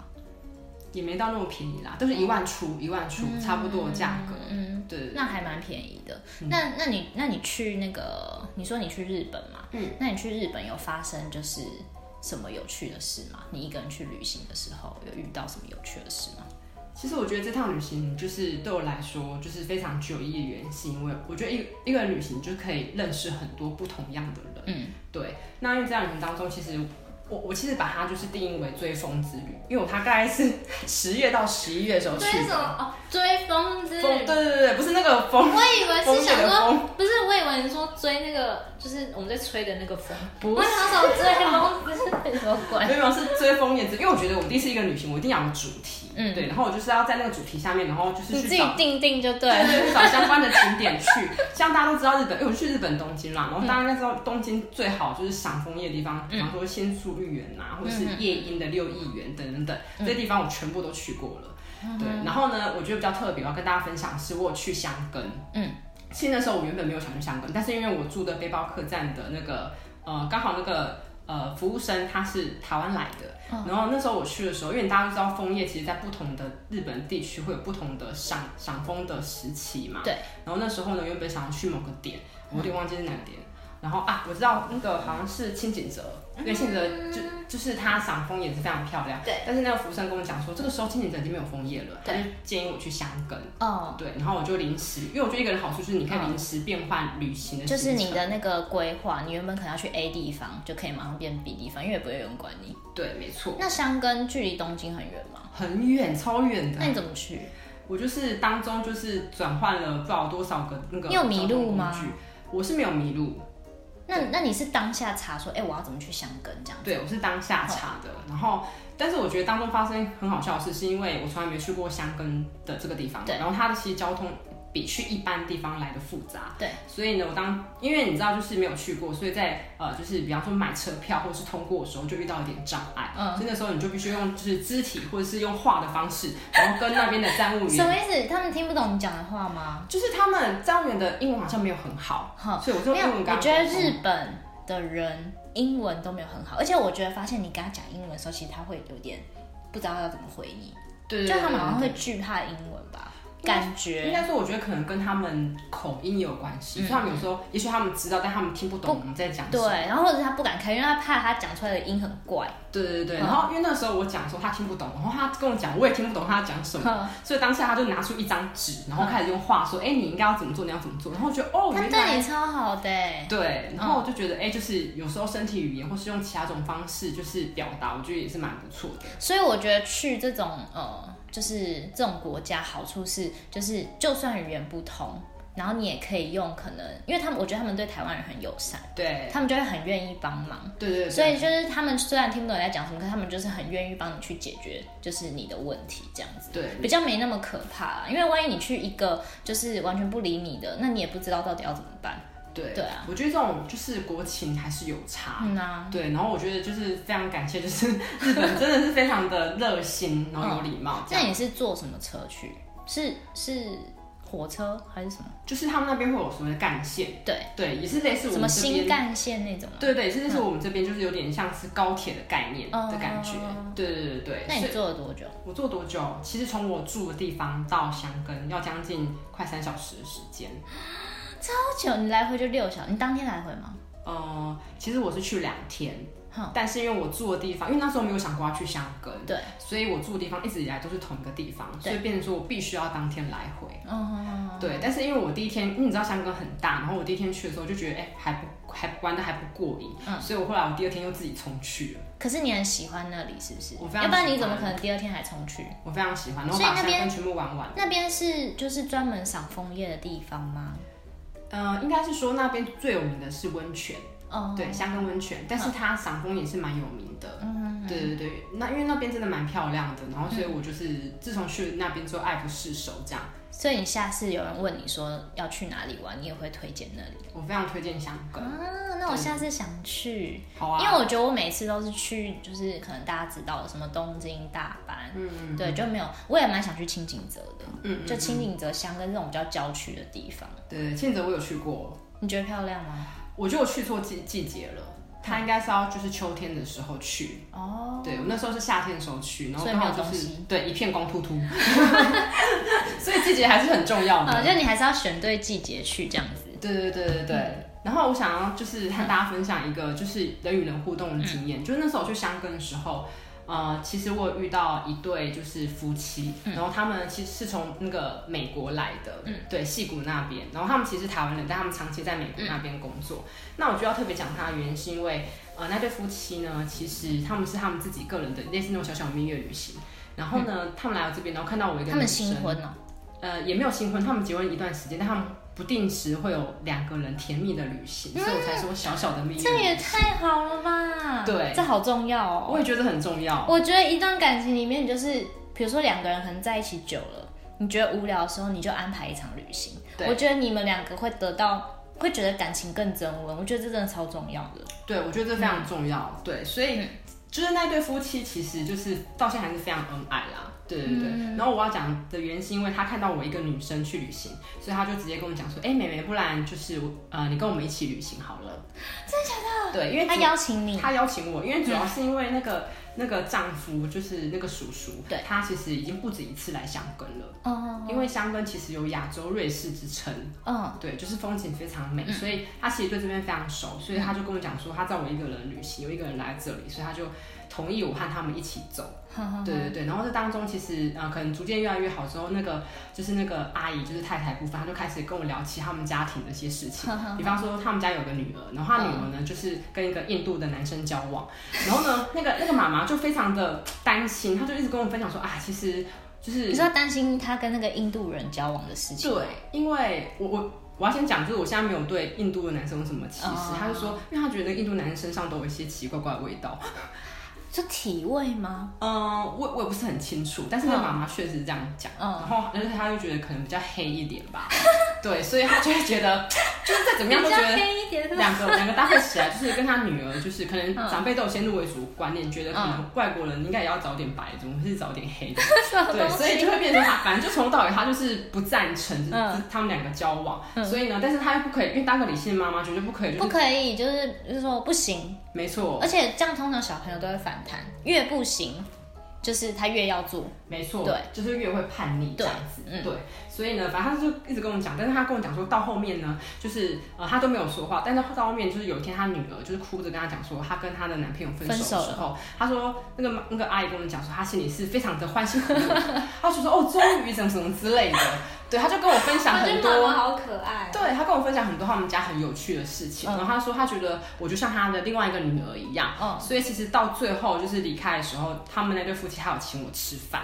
Speaker 1: 也没到那么便宜啦，都是一万出一万出，差不多的价格。
Speaker 2: 嗯，
Speaker 1: 对对
Speaker 2: 那还蛮便宜的。那那你那你去那个，你说你去日本嘛？嗯，那你去日本有发生就是什么有趣的事吗？你一个人去旅行的时候有遇到什么有趣的事吗？
Speaker 1: 其实我觉得这趟旅行就是对我来说就是非常具有意义的原因，是因为我觉得一一个人旅行就可以认识很多不同样的人。
Speaker 2: 嗯，
Speaker 1: 对。那因为这趟旅行当中，其实我我其实把它就是定义为追风之旅，因为我它大概是十月到十一月的时候去的。
Speaker 2: 哦，追风之
Speaker 1: 风？对对对对，不是那个风，
Speaker 2: 我以为
Speaker 1: 风
Speaker 2: 是想
Speaker 1: 筝的
Speaker 2: 说，
Speaker 1: 风，
Speaker 2: 不是，我以为你说追那个，就是我们在吹的那个风。
Speaker 1: 不
Speaker 2: 我想说追风之是什么鬼？
Speaker 1: 没有没有是追风叶子，因为我觉得我第一次一个旅行，我一定要有主题，
Speaker 2: 嗯
Speaker 1: 对，然后我就是要在那个主题下面，然后就是
Speaker 2: 你
Speaker 1: 去
Speaker 2: 自己
Speaker 1: 找
Speaker 2: 定定就对
Speaker 1: 对
Speaker 2: 了。
Speaker 1: 对，去找相关的景点去。像大家都知道日本，因为我去日本东京啦，然后大家应该知道东京最好就是赏枫叶的地方，比方说仙树御园呐，或者是夜莺的六艺园等等等，这些地方我全部都去过了。对，然后呢，我觉得比较特别，我要跟大家分享的是我有去香根。
Speaker 2: 嗯，
Speaker 1: 其实那时候我原本没有想去香根，但是因为我住的背包客栈的那个呃，刚好那个。呃，服务生他是台湾来的，
Speaker 2: 嗯
Speaker 1: 然后那时候我去的时候，因为大家都知道枫叶其实在不同的日本地区会有不同的赏赏枫的时期嘛。
Speaker 2: 对。
Speaker 1: 然后那时候呢，原本想要去某个点，我有点忘记是哪个点。然后啊，我知道那个好像是青井泽，因为青井泽就就是它赏枫也是非常漂亮。
Speaker 2: 嗯对。
Speaker 1: 但是那个福生跟我讲说，这个时候青井泽已经没有枫叶了，他就建议我去香根。
Speaker 2: 哦，
Speaker 1: 对，然后我就临时，因为我觉得一个人好处就是你可以临时变换旅行的
Speaker 2: 就
Speaker 1: 行程，
Speaker 2: 是你的那个规划，你原本可能要去 A 地方，就可以马上变 B 地方，因为也不会有人管你。
Speaker 1: 对，没错，
Speaker 2: 那香根距离东京很远吗？
Speaker 1: 很远，超远的
Speaker 2: 那。你怎么去？
Speaker 1: 我就是当中就是转换了不知道多少个那个
Speaker 2: 你有迷路吗
Speaker 1: 交通工具？我是没有迷路，
Speaker 2: 那那你是当下查说，哎、我要怎么去香根这样？
Speaker 1: 对我是当下查的。然后，但是我觉得当中发生很好笑的事，是因为我从来没去过香根的这个地方，
Speaker 2: 对
Speaker 1: 然后它的其实交通比去一般地方来的复杂，
Speaker 2: 对，
Speaker 1: 所以呢，我当因为你知道就是没有去过，所以在呃就是比方说买车票或是通过的时候就遇到一点障碍，
Speaker 2: 嗯
Speaker 1: 所以那时候你就必须用就是肢体或者是用画的方式，然后跟那边的站务
Speaker 2: 什
Speaker 1: 员。
Speaker 2: 么意思？他们听不懂你讲的话吗？
Speaker 1: 就是他们站务员的英文好像没有很好，
Speaker 2: 哼
Speaker 1: 所以我就
Speaker 2: 嗯没有，
Speaker 1: 用英文跟
Speaker 2: 我
Speaker 1: 他
Speaker 2: 觉得
Speaker 1: 沟通
Speaker 2: 日本的人英文都没有很好，而且我觉得发现你跟他讲英文的时候，其实他会有点不知道要怎么回你，
Speaker 1: 对对
Speaker 2: 就他们好像
Speaker 1: 对
Speaker 2: 会惧怕英文吧，
Speaker 1: 应该
Speaker 2: 感
Speaker 1: 对应
Speaker 2: 觉。
Speaker 1: 该说，我觉得可能跟他们口音也有关系。所以他们有时候，也许他们知道，但他们听不懂我们在讲什
Speaker 2: 嗯对，
Speaker 1: 么。
Speaker 2: 然后或者是他不敢开，因为他怕他讲出来的音很怪。
Speaker 1: 对对
Speaker 2: 嗯
Speaker 1: 对。然后因为那时候我讲的时候，他听不懂，然后他跟我讲，我也听不懂他讲什么。
Speaker 2: 哼
Speaker 1: 所以当下他就拿出一张纸，然后开始用话说：“哎、你应该要怎么做，你要怎么做。”然后我觉得哦，
Speaker 2: 他
Speaker 1: 原来
Speaker 2: 对你超好的嗯欸，
Speaker 1: 对。然后我就觉得，哎、就是有时候身体语言或是用其他种方式就是表达，我觉得也是蛮不错的。
Speaker 2: 所以我觉得去这种呃，就是这种国家，好处是就是就算语言不通，然后你也可以用可能，因为他们我觉得他们对台湾人很友善，
Speaker 1: 对
Speaker 2: 他们就会很愿意帮忙。
Speaker 1: 对对对。
Speaker 2: 所以就是他们虽然听不懂你在讲什么，可他们就是很愿意帮你去解决，就是你的问题这样子，
Speaker 1: 对
Speaker 2: 比较没那么可怕啦。因为万一你去一个就是完全不理你的，那你也不知道到底要怎么办。
Speaker 1: 对
Speaker 2: 对啊，
Speaker 1: 我觉得这种就是国情还是有差。
Speaker 2: 嗯啊，
Speaker 1: 对，然后我觉得就是非常感谢，就是日本真的是非常的热心，然后有礼貌，这
Speaker 2: 那
Speaker 1: 样、
Speaker 2: 你是坐什么车去？是是火车还是什么？
Speaker 1: 就是他们那边会有所谓的干线，
Speaker 2: 对，
Speaker 1: 对，也是类似我
Speaker 2: 什么
Speaker 1: 们这
Speaker 2: 新
Speaker 1: 边，
Speaker 2: 干嗯线那种吗？
Speaker 1: 对对，是类似我们这边就是有点像是高铁的概念
Speaker 2: 哦
Speaker 1: 的感觉，对对对对
Speaker 2: 那
Speaker 1: 对。
Speaker 2: 你
Speaker 1: 所以
Speaker 2: 坐了多久？
Speaker 1: 我坐多久？其实从我住的地方到香根要将近快三小时的时间，
Speaker 2: 多久？你来回就六小时，你当天来回吗？
Speaker 1: 呃，其实我是去两天
Speaker 2: 哼，
Speaker 1: 但是因为我住的地方，因为那时候没有想过要去香根，
Speaker 2: 对，
Speaker 1: 所以我住的地方一直以来都是同一个地方，
Speaker 2: 对
Speaker 1: 所以变成说我必须要当天来回。
Speaker 2: 嗯，
Speaker 1: 对，但是因为我第一天，因为你知道香港很大，然后我第一天去的时候就觉得，哎、还不还玩的还不过瘾，
Speaker 2: 嗯
Speaker 1: 所以我后来我第二天又自己冲去了，
Speaker 2: 可是你很喜欢那里是不是？
Speaker 1: 我非常
Speaker 2: 要不然你
Speaker 1: 喜欢嗯
Speaker 2: 怎么可能第二天还冲去？
Speaker 1: 我非常喜欢，然后
Speaker 2: 所以
Speaker 1: 把
Speaker 2: 那
Speaker 1: 香
Speaker 2: 边
Speaker 1: 港全部玩完。
Speaker 2: 那边是就是专门赏枫叶的地方吗？
Speaker 1: 呃，应该是说那边最有名的是温泉，
Speaker 2: 哦，嗯
Speaker 1: 对，香港温泉，但是它赏枫也是蛮有名的。嗯对对对，那因为那边真的蛮漂亮的，然后所
Speaker 2: 嗯
Speaker 1: 以我就是、自从去那边之后爱不释手，这样
Speaker 2: 所以你下次有人问你说要去哪里玩，你也会推荐那里。
Speaker 1: 我非常推荐香港。
Speaker 2: 啊，那我下次想去，
Speaker 1: 好啊，
Speaker 2: 因为我觉得我每次都是去，就是可能大家知道的什么东京、大阪，
Speaker 1: 嗯，
Speaker 2: 对，就没有，我也蛮想去清景泽的，
Speaker 1: 嗯
Speaker 2: 就清景泽乡跟这种比较郊区的地方，
Speaker 1: 对，庆泽我有去过，
Speaker 2: 你觉得漂亮吗？
Speaker 1: 我觉得我去错季季节了，它应该是要就是秋天的时候去。
Speaker 2: 哦，
Speaker 1: 对我那时候是夏天的时候去，然后
Speaker 2: 所以
Speaker 1: 刚
Speaker 2: 没有
Speaker 1: 好就
Speaker 2: 东
Speaker 1: 是
Speaker 2: 西
Speaker 1: 对一片光秃 秃，所以季节还是很重要的。
Speaker 2: 呃，就你还是要选对季节去这样子。
Speaker 1: 对对对对对。
Speaker 2: 嗯
Speaker 1: 然后我想要就是和大家分享一个就是人与人互动的经验，
Speaker 2: 嗯
Speaker 1: 就是那时候我去香根的时候。呃，其实我有遇到一对就是夫妻，
Speaker 2: 嗯
Speaker 1: 然后他们其实是从那个美国来的，对，戏谷那边，然后他们其实是台湾人，但他们长期在美国那边工作。
Speaker 2: 嗯
Speaker 1: 那我就要特别讲他的原因，是因为呃那对夫妻呢，其实他们是他们自己个人的类似那种小小蜜月旅行。然后呢，他们来到这边，然后看到我一
Speaker 2: 嗯
Speaker 1: 个
Speaker 2: 他们
Speaker 1: 女
Speaker 2: 新
Speaker 1: 生，
Speaker 2: 婚哦、
Speaker 1: 呃，也没有新婚，他们结婚一段时间，但他们不定时会有两个人甜蜜的旅行，所以我才说小小的蜜
Speaker 2: 这
Speaker 1: 月。
Speaker 2: 也太好了吧？
Speaker 1: 对
Speaker 2: 这好重要哦、
Speaker 1: 我也觉得很重要。
Speaker 2: 我觉得一段感情里面，你就是比如说两个人可能在一起久了，你觉得无聊的时候，你就安排一场旅行。
Speaker 1: 对
Speaker 2: 我觉得你们两个会得到，会觉得感情更增温。我觉得这真的超重要的。
Speaker 1: 对，我觉得这非常重要。对，所以就是那对夫妻，其实就是到现在还是非常恩爱啦。对对对。然后我要讲的原因是因为他看到我一个女生去旅行，所以他就直接跟我讲说：“哎、妹妹，不然就是我呃，你跟我们一起旅行好了。”真的假的？对，因为
Speaker 2: 他邀请你，
Speaker 1: 他邀请我，因为主要是因为那个那个丈夫就是那个叔叔，
Speaker 2: 嗯对
Speaker 1: 他其实已经不止一次来香根了，
Speaker 2: 嗯
Speaker 1: 因为香根其实有亚洲瑞士之称，
Speaker 2: 嗯，
Speaker 1: 对，就是风景非常美，所以他其实对这边非常熟，所以他就跟我讲说，他在我一个人旅行，有一个人来这里，所以他就同意我和他们一起走。
Speaker 2: 嗯
Speaker 1: 对对对，然后这当中其实呃，可能逐渐越来越好之后，那个就是那个阿姨，就是太太部分，她就开始跟我聊起他们家庭的一些事
Speaker 2: 嗯
Speaker 1: 情，比方说他们家有个女儿，然后她女儿呢就是跟一个印度的男生交往，然后呢，那个那个妈妈就非常的担心，她就一直跟我分享说啊，其实就是
Speaker 2: 你说担心他跟那个印度人交往的事情。
Speaker 1: 对，因为我我我要先讲，就是我现在没有对印度的男生有什么歧视。
Speaker 2: 哦
Speaker 1: 他就说，因为他觉得印度男生身上都有一些奇怪怪的味道。
Speaker 2: 就体味吗？
Speaker 1: 嗯、我我也不是很清楚，但是那个妈妈确实是这样讲。
Speaker 2: 嗯
Speaker 1: 然后，而且他就觉得可能比较黑一点吧。 对，所以他就会觉得，就是再怎么样
Speaker 2: 比
Speaker 1: 都
Speaker 2: 较
Speaker 1: 觉得。
Speaker 2: 黑一点嗯的。
Speaker 1: 两个两个搭配起来，就是跟他女儿，就是可能长辈都有先入为主观念，觉得可能外国人应该也要早点白，怎么会是早点黑的？
Speaker 2: 什么
Speaker 1: 对，
Speaker 2: 东西
Speaker 1: 所以就会变成他，反正就从头到尾他就是不赞成，就是
Speaker 2: 嗯
Speaker 1: 他们两个交往，所以呢，但是他又不可以，因为当个理性的妈妈绝对不可以，就
Speaker 2: 不
Speaker 1: 是
Speaker 2: 可以，就是就是说不行，
Speaker 1: 没错，
Speaker 2: 而且这样通常小朋友都会反弹，越不行，就是他越要做。
Speaker 1: 没错，
Speaker 2: 对，
Speaker 1: 就是越会叛逆这
Speaker 2: 对
Speaker 1: 样子，
Speaker 2: 嗯
Speaker 1: 对，所以呢，反正他就一直跟我们讲，但是他跟我讲说到后面呢，就是呃他都没有说话，但是到后面就是有一天他女儿就是哭着跟他讲说，她跟她的男朋友分手
Speaker 2: 分手
Speaker 1: 的时候，她说那个那个阿姨跟我们讲说，她心里是非常的欢 欣鼓舞，她就说哦终于怎么怎么之类的，对，她就跟我分享很多，
Speaker 2: 好可爱
Speaker 1: 对他跟我分享很多他们家很有趣的事情，
Speaker 2: 嗯
Speaker 1: 然后他说他觉得我就像他的另外一个女儿一样，
Speaker 2: 嗯
Speaker 1: 所以其实到最后就是离开的时候，他们那对夫妻还有请我吃饭，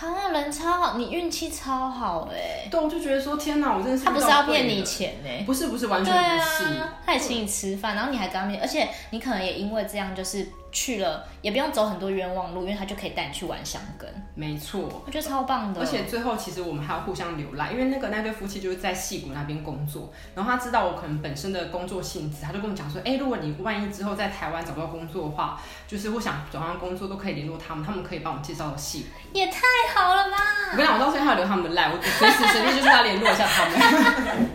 Speaker 2: 啊，人超好，你运气超好哎、
Speaker 1: 对，我就觉得说天哪，我真的是
Speaker 2: 他不
Speaker 1: 遇
Speaker 2: 是
Speaker 1: 到
Speaker 2: 要
Speaker 1: 对
Speaker 2: 骗你
Speaker 1: 的，
Speaker 2: 钱呢、欸
Speaker 1: 不是不是完
Speaker 2: 对
Speaker 1: 全不是，
Speaker 2: 啊，他也请你吃饭，然后你还跟他面，而且你可能也因为这样，就是去了也不用走很多冤枉路，因为他就可以带你去玩香根，
Speaker 1: 没错。
Speaker 2: 我觉得超棒的。
Speaker 1: 而且最后其实我们还要互相留赖，因为那个那对夫妻就是在戏谷那边工作，然后他知道我可能本身的工作性质，他就跟我讲说，哎、如果你万一之后在台湾找不到工作的话，就是我想转换工作都可以联络他们，他们可以帮我介绍戏谷。
Speaker 2: 也太好了吧，
Speaker 1: 我跟你讲，我到现在还有留他们的赖，我随时随地就是要联络一下他们。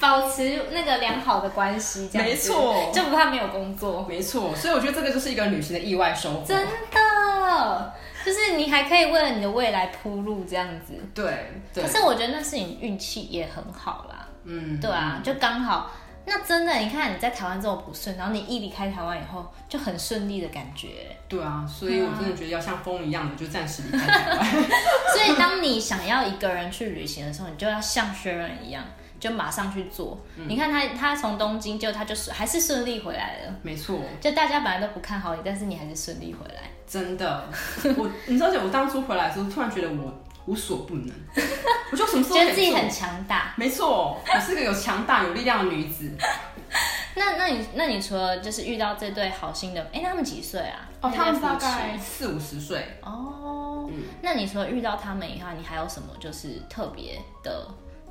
Speaker 2: 保持那个良好的关系， 这样子
Speaker 1: 没错
Speaker 2: 就不怕没有工作，
Speaker 1: 没错，所以我觉得这个就是一个旅行的意外收获。
Speaker 2: 真的，就是你还可以为了你的未来铺路这样子。
Speaker 1: 对对
Speaker 2: 可，是我觉得那是你运气也很好啦。啊
Speaker 1: 嗯，
Speaker 2: 对啊，就刚好那真的，你看你在台湾这么不顺，然后你一离开台湾以后就很顺利的感觉。
Speaker 1: 对啊，所以我真的觉得要像风一样的，就暂时离开 台湾。
Speaker 2: 所以当你想要一个人去旅行的时候，你就要像薛仁一样，就马上去做。
Speaker 1: 嗯
Speaker 2: 你看他，他从东京就他就是还是顺利回来了。
Speaker 1: 没错，
Speaker 2: 就大家本来都不看好你，但是你还是顺利回来。
Speaker 1: 真的，我你知道，我当初回来的时候，突然觉得我无所不能，我就什么事都
Speaker 2: 觉
Speaker 1: 可
Speaker 2: 得
Speaker 1: 以
Speaker 2: 自己
Speaker 1: 做
Speaker 2: 很强大。
Speaker 1: 没错，我是个有强大、有力量的女子。
Speaker 2: 那那你那你除了就是遇到这对好心的，哎、那他们几岁啊？
Speaker 1: 哦
Speaker 2: 那对夫妻
Speaker 1: 四五十岁。
Speaker 2: 哦。
Speaker 1: 嗯
Speaker 2: 那你除了遇到他们以后，你还有什么就是特别的，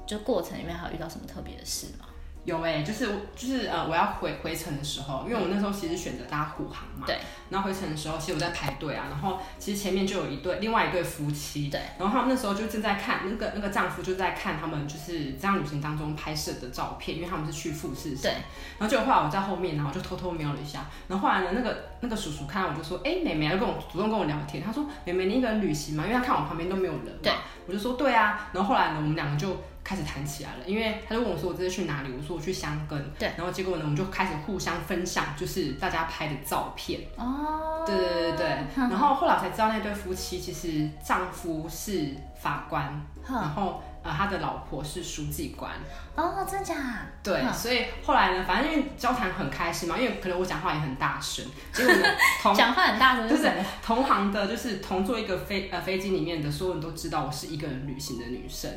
Speaker 2: 就过程里面还有遇到什么特别的事吗？
Speaker 1: 有哎、就是就是呃，我要回回程的时候，因为我那时候其实选择搭虎航嘛，
Speaker 2: 对。
Speaker 1: 然后回程的时候，其实我在排队啊，然后其实前面就有一对另外一对夫妻，
Speaker 2: 对。
Speaker 1: 然后他们那时候就正在看那个那个丈夫就在看他们就是这样旅行当中拍摄的照片，因为他们是去富士
Speaker 2: 对。
Speaker 1: 山。然后就后来我在后面，然后我就偷偷瞄了一下，然后后来呢，那个那个叔叔看到我就说，哎、妹妹，就跟我主动跟我聊天，他说，妹妹你一个人旅行嘛，因为他看我旁边都没有人嘛，
Speaker 2: 对，
Speaker 1: 我就说对啊，然后后来呢，我们两个就开始谈起来了，因为他就问我说我这次去哪里，我说我去香根，
Speaker 2: 对，
Speaker 1: 然后结果呢，我们就开始互相分享，就是大家拍的照片，
Speaker 2: 哦。
Speaker 1: 对对对对对，然后后来我才知道那对夫妻其实丈夫是法官，
Speaker 2: 哼
Speaker 1: 然后呃他的老婆是书记官，
Speaker 2: 哦，真假？
Speaker 1: 对，
Speaker 2: 嗯
Speaker 1: 所以后来呢，反正因为交谈很开心嘛，因为可能我讲话也很大声，结果呢，同
Speaker 2: 讲话很大声，
Speaker 1: 就
Speaker 2: 就是是
Speaker 1: 同行的，就是同坐一个飞呃飞机里面的所有人都知道我是一个人旅行的女生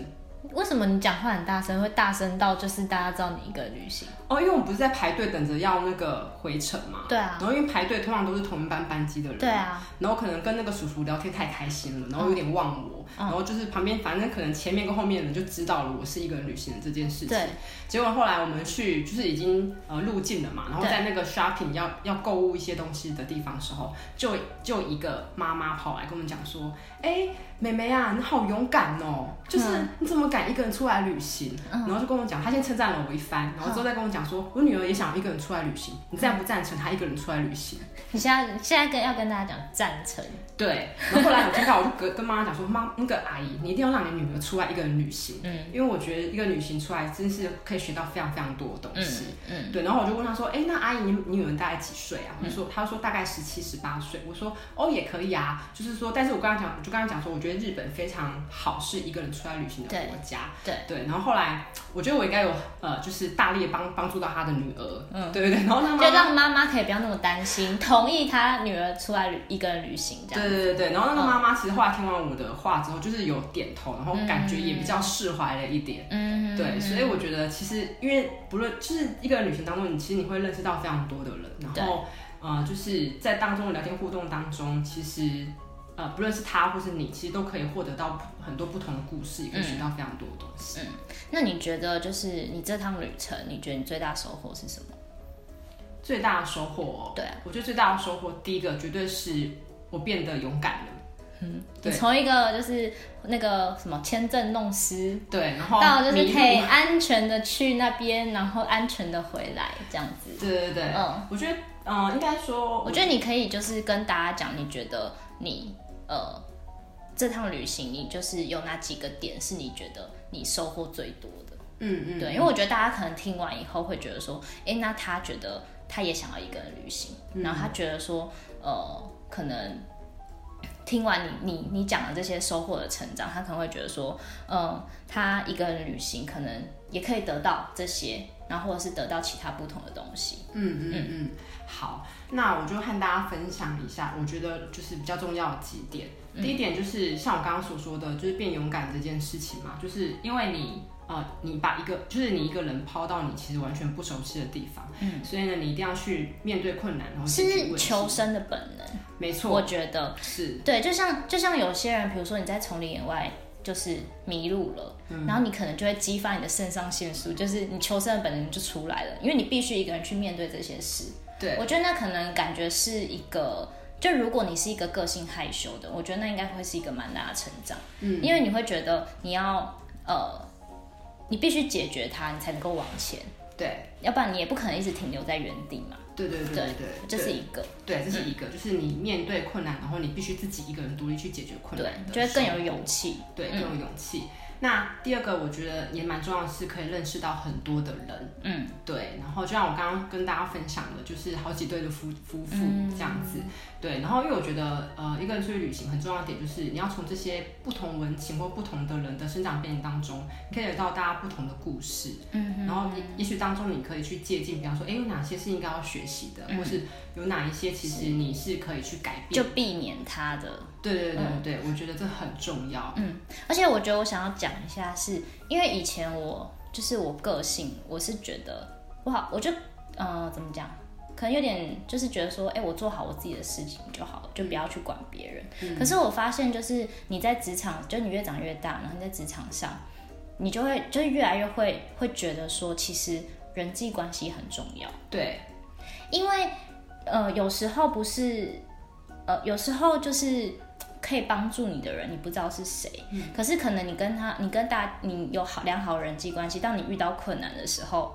Speaker 2: 为什么你讲话很大声，会大声到就是大家知道你一个人旅行？
Speaker 1: 哦，因为我们不是在排队等着要那个回程嘛，
Speaker 2: 对啊
Speaker 1: 然后因为排队通常都是同一班班机的人，
Speaker 2: 对啊，嗯
Speaker 1: 然后可能跟那个叔叔聊天太开心了，然后有点忘我，然后就是旁边反正可能前面跟后面的人就知道了我是一个人旅行的这件事情
Speaker 2: 对。
Speaker 1: 结果后来我们去就是已经呃入境了嘛，然后
Speaker 2: 对
Speaker 1: 在那个 shopping 要要购物一些东西的地方的时候，就就一个妈妈跑来跟我们讲说，哎、妹妹啊，你好勇敢哦，就是你怎么敢一个人出来旅行？然后就跟我讲，她先称赞了我一番，然后之后再跟我讲说，我女儿也想一个人出来旅行，你赞不赞成她一个人出来旅行？
Speaker 2: 你现在现在跟要跟大家讲赞成，
Speaker 1: 对，然后后来我听到，我就跟跟妈妈讲说，妈，那个阿姨，你一定要让你女儿出来一个人旅行，嗯，因为我觉得一个旅行出来真是可以学到非常非常多的东西，嗯，对，然后我就问她说，哎，那阿姨，你你女儿大概几岁啊？我就说，她说大概十七十八岁，我说哦也可以啊，就是说，但是我跟她讲，我就跟她讲说，我觉得日本非常好，是一个人出来旅行的
Speaker 2: 对
Speaker 1: 国家，
Speaker 2: 对，
Speaker 1: 对，然后后来我觉得我应该有呃，就是大力地帮帮助到她的女儿，嗯，对对对，然后她妈妈
Speaker 2: 就让妈妈可以不要那么担心，同意她女儿出来旅一个人旅行这样。
Speaker 1: 对对对对，然后那个妈妈其实后来听完我的话之后，就是有点头，然后感觉也比较释怀了一点。
Speaker 2: 嗯，
Speaker 1: 对，所以我觉得其实因为不论就是一个旅行当中，你其实你会认识到非常多的人，然后呃，就是在当中的聊天互动当中，其实呃，不论是他或是你，其实都可以获得到很多不同的故事，也可以学到非常多的东西。
Speaker 2: 嗯那你觉得就是你这趟旅程，你觉得你最大收获是什么？
Speaker 1: 最大的收获哦、
Speaker 2: 嗯对啊
Speaker 1: 我觉得最大的收获，第一个绝对是我变得勇敢了。
Speaker 2: 你
Speaker 1: 对
Speaker 2: 从一个就是那个什么签证弄湿，
Speaker 1: 对，然后
Speaker 2: 到就是
Speaker 1: 哦迷
Speaker 2: 可以
Speaker 1: 路
Speaker 2: 安全的去那边，然后安全的回来这样子。
Speaker 1: 对对对，
Speaker 2: 嗯
Speaker 1: 我觉得嗯、呃应该说
Speaker 2: 我觉得你可以就是跟大家讲，你觉得你呃这趟旅行，你就是有哪几个点是你觉得你收获最多的？
Speaker 1: 嗯嗯，
Speaker 2: 对，因为我觉得大家可能听完以后会觉得说，诶，那他觉得他也想要一个人旅行，
Speaker 1: 嗯
Speaker 2: 然后他觉得说，呃，可能听完你你你讲的这些收获的成长，他可能会觉得说，嗯、他一个人旅行可能也可以得到这些，然后或者是得到其他不同的东西。
Speaker 1: 嗯嗯嗯，好，那我就和大家分享一下，我觉得就是比较重要的几点。第一点就是像我刚刚所说的，就是变勇敢这件事情嘛，就是因为你呃，你把一个就是你一个人抛到你其实完全不熟悉的地方，嗯，所以呢，你一定要去面对困难，然后解决问
Speaker 2: 是
Speaker 1: 题
Speaker 2: 求，生的本能，
Speaker 1: 没
Speaker 2: 我
Speaker 1: 错，
Speaker 2: 觉得
Speaker 1: 是，
Speaker 2: 对，就像就像有些人，比如说你在丛林野外就是迷路了，然后你可能就会激发你的肾上腺素，就是你求生的本能就出来了，因为你必须一个人去面对这些事。
Speaker 1: 对，
Speaker 2: 我觉得那可能感觉是一个，就如果你是一个个性害羞的，我觉得那应该会是一个蛮大的成长，
Speaker 1: 嗯，
Speaker 2: 因为你会觉得你要呃，你必须解决它，你才能够往前，
Speaker 1: 对，
Speaker 2: 要不然你也不可能一直停留在原地嘛。
Speaker 1: 对对对对对，
Speaker 2: 这是一个
Speaker 1: 对，这是嗯一个，就是你面对困难，然后你必须自己一个人独立去解决困
Speaker 2: 对
Speaker 1: 难，的
Speaker 2: 就会
Speaker 1: 时
Speaker 2: 更
Speaker 1: 候
Speaker 2: 有勇气。
Speaker 1: 对，更有勇气。那第二个我觉得也蛮重要的是，可以认识到很多的人，
Speaker 2: 嗯，
Speaker 1: 对。然后就像我刚刚跟大家分享的，就是好几对的夫夫妇这样子，对。然后因为我觉得，呃，一个人出去旅行很重要的点就是，你要从这些不同文情或不同的人的生长背景当中，你可以得到大家不同的故事，
Speaker 2: 嗯
Speaker 1: 然后也也许当中你可以去借鉴，比方说，哎，有哪些是应该要学习的，或是有哪一些其实你是可以去改
Speaker 2: 就
Speaker 1: 变。
Speaker 2: 避免他的。
Speaker 1: 对对对对，我觉得这很重要。
Speaker 2: 而且我觉得我想要讲一下是，因为以前我就是我个性，我是觉得我好，我就呃怎么讲，可能有点就是觉得说，哎、我做好我自己的事情就好了，就不要去管别人。可是我发现，就是你在职场，就你越长越大，然后你在职场上，你就会就是越来越会会觉得说，其实人际关系很重要。
Speaker 1: 对，
Speaker 2: 因为呃，有时候不是呃，有时候就是可以帮助你的人，你不知道是谁，
Speaker 1: 嗯
Speaker 2: 可是可能你跟他，你跟大，你有好良好人际关系，当你遇到困难的时候，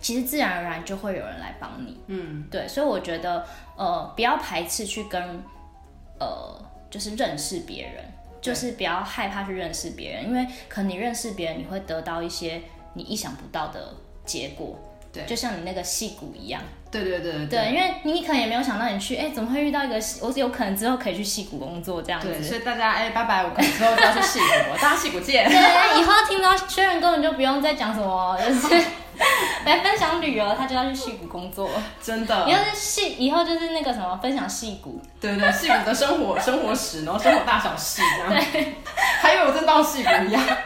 Speaker 2: 其实自然而然就会有人来帮你。
Speaker 1: 嗯，
Speaker 2: 对，所以我觉得呃，不要排斥去跟呃，就是认识别人，就是不要害怕去认识别人，因为可能你认识别人，你会得到一些你意想不到的结果。
Speaker 1: 对
Speaker 2: 就像你那个戏骨一样，
Speaker 1: 对对对
Speaker 2: 对，因为你可能也没有想到你去，哎、怎么会遇到一个戏，我有可能之后可以去戏骨工作这样子。
Speaker 1: 对，所以大家哎，拜拜，我可能之后就要去戏骨，大家戏骨 见。
Speaker 2: 对，以后听到轩然根本就不用再讲什么，就是来分享旅游，他就要去戏骨工作。
Speaker 1: 真
Speaker 2: 以
Speaker 1: 的，
Speaker 2: 后是戏，以后就是那个什么分享戏骨，
Speaker 1: 对对，戏骨的生活生活史，然后生活大小事，这样， 还以为我真当戏骨一样。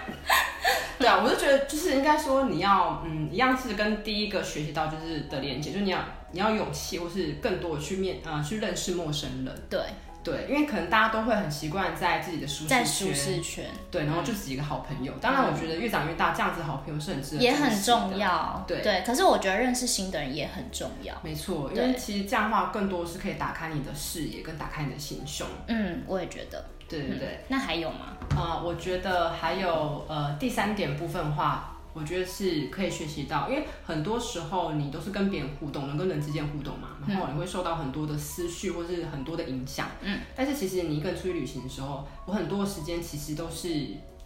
Speaker 1: 对啊，我就觉得就是应该说你要嗯，一样是跟第一个学习到就是的连接，就是你要你要勇气，或是更多的去面呃去认识陌生人。
Speaker 2: 对，
Speaker 1: 对，因为可能大家都会很习惯在自己的舒适
Speaker 2: 在
Speaker 1: 圈
Speaker 2: 舒适嗯圈
Speaker 1: 对，然后就几个好朋友。当然，我觉得越长越大，这样子好朋友是很值得
Speaker 2: 也
Speaker 1: 珍
Speaker 2: 很
Speaker 1: 惜的
Speaker 2: 重要。
Speaker 1: 对
Speaker 2: 可是我觉得认识新的人也很重要。
Speaker 1: 没错，因
Speaker 2: 对
Speaker 1: 为其实这样的话，更多是可以打开你的视野，跟打开你的心胸。
Speaker 2: 嗯，我也觉得。
Speaker 1: 对对对，
Speaker 2: 那还有吗？
Speaker 1: 呃，我觉得还有呃第三点部分的话，我觉得是可以学习到，因为很多时候你都是跟别人互动，人跟人之间互动嘛，然后你会受到很多的思绪或是很多的影响。嗯，但是其实你一个人出去旅行的时候，我很多的时间其实都是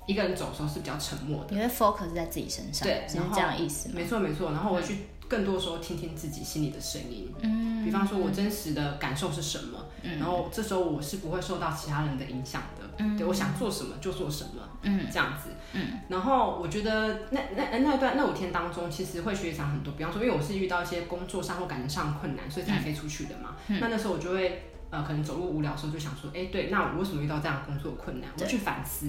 Speaker 1: 一个人走的时候是比较沉默的。
Speaker 2: 你会 focus 在自己身上，
Speaker 1: 对
Speaker 2: 是
Speaker 1: 然后
Speaker 2: 这样的意思吗？
Speaker 1: 没错没错，然后我去更多的时候听听自己心里的声音，嗯，比方说我真实的感受是什么，然后这时候我是不会受到其他人的影响的，嗯，对我想做什么就做什么，嗯，这样子，嗯，然后我觉得那那那段那五天当中，其实会学长很多，比方说因为我是遇到一些工作上或感情上的困难，所以才飞出去的嘛，
Speaker 2: 嗯
Speaker 1: 那那时候我就会。呃，可能走路无聊的时候就想说，哎、对，那我为什么遇到这样的工作困难？我去反思，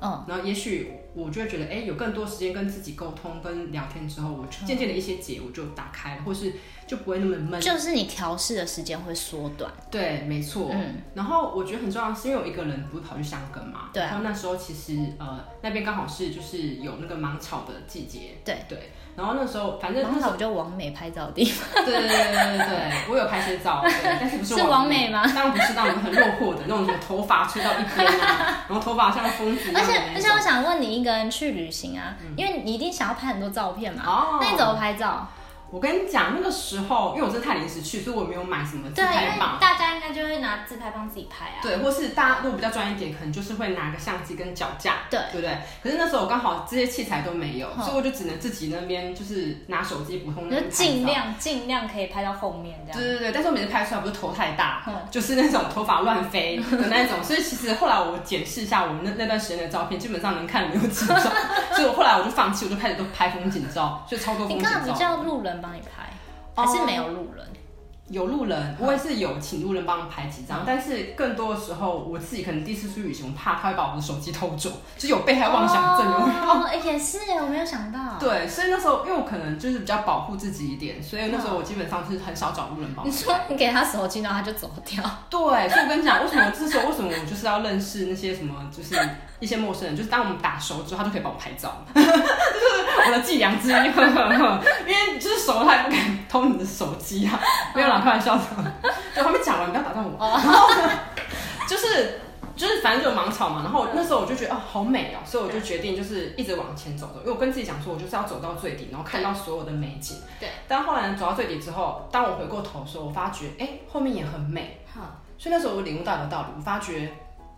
Speaker 2: 嗯，
Speaker 1: 然后也许我就会觉得，哎、有更多时间跟自己沟通、跟聊天之后，我
Speaker 2: 嗯
Speaker 1: 渐渐的一些结我就打开了，或是就不会那么闷。
Speaker 2: 就是你调试的时间会缩短。
Speaker 1: 对，没错。
Speaker 2: 嗯
Speaker 1: 然后我觉得很重要的是，因为我一个人不是跑去香根嘛，
Speaker 2: 对啊
Speaker 1: 然后那时候其实呃那边刚好是就是有那个芒草的季节，
Speaker 2: 对
Speaker 1: 对。然后那时候反正
Speaker 2: 刚
Speaker 1: 那时
Speaker 2: 好
Speaker 1: 候
Speaker 2: 我就往美拍照的地方，
Speaker 1: 对对对对对对对，我有拍些照，对但是不是
Speaker 2: 是
Speaker 1: 完
Speaker 2: 完美吗
Speaker 1: 当然不是那种很落魄的那种什么头发吹到一边啊，然后头发像疯子一样
Speaker 2: 而
Speaker 1: 的
Speaker 2: 且
Speaker 1: 那
Speaker 2: 而且
Speaker 1: 种。
Speaker 2: 我想问你，一个人去旅行啊，因为你一定想要拍很多照片嘛，
Speaker 1: 嗯哦
Speaker 2: 那你怎么拍照？
Speaker 1: 我跟你讲，那个时候因为我真的太临时去，所以我没有买什么自
Speaker 2: 对，啊因
Speaker 1: 拍
Speaker 2: 为
Speaker 1: 棒。
Speaker 2: 大家应该就会拿自拍棒自己拍啊。
Speaker 1: 对，或是大家如果比较专业一点，可能就是会拿个相机跟脚架，
Speaker 2: 对
Speaker 1: 对不对？可是那时候我刚好这些器材都没有，
Speaker 2: 嗯
Speaker 1: 所以我就只能自己那边就是拿手机普通
Speaker 2: 你
Speaker 1: 的
Speaker 2: 就尽。量尽量可以拍到后面这
Speaker 1: 对
Speaker 2: 样。
Speaker 1: 对对，但是我每次拍出来不是头太大，
Speaker 2: 嗯
Speaker 1: 就是那种头发乱飞的那 种，所以其实后来我检视一下我那那段时间的照片，基本上能看的没有几 张，所以我后来我就放弃，我就开始都拍风景照，所以超多风
Speaker 2: 你
Speaker 1: 景
Speaker 2: 干嘛不
Speaker 1: 照。
Speaker 2: 叫路人帮你拍？还
Speaker 1: 哦
Speaker 2: 是没有路人？
Speaker 1: 有路人，我也是有请路人帮我拍几张，
Speaker 2: 嗯
Speaker 1: 但是更多的时候我自己可能第一次出去旅行，我怕他会把我的手机偷走，就有被害妄想症。有没有
Speaker 2: 哦，哎也是，我没有想到。
Speaker 1: 对，所以那时候因为我可能就是比较保护自己一点，所以那时
Speaker 2: 嗯
Speaker 1: 候我基本上是很少找路人帮我
Speaker 2: 你。说你给他手机，然后他就走掉。
Speaker 1: 对，所以我跟你讲，为什么这时候为什么我就是要认识那些什么，就是一些陌生人，就是当我们打熟之后，他就可以帮我拍照， 就是我的伎俩之一， 因为就是熟了他也不敢偷你的手机啊，没有啦，开玩笑的。对，我还没讲完，不要打断我。 然后就是就是反正就有芒草嘛，然后那时候我就觉得哦好美哦，所以我就决定就是一直往前走走，因为我跟自己讲说，我就是要走到最底，然后看到所有的美景。
Speaker 2: 对。
Speaker 1: 但后来呢走到最底之后，当我回过头的时候，我发觉哎、后面也很美。
Speaker 2: 好，
Speaker 1: 所以那时候我领悟到一个道理，我发觉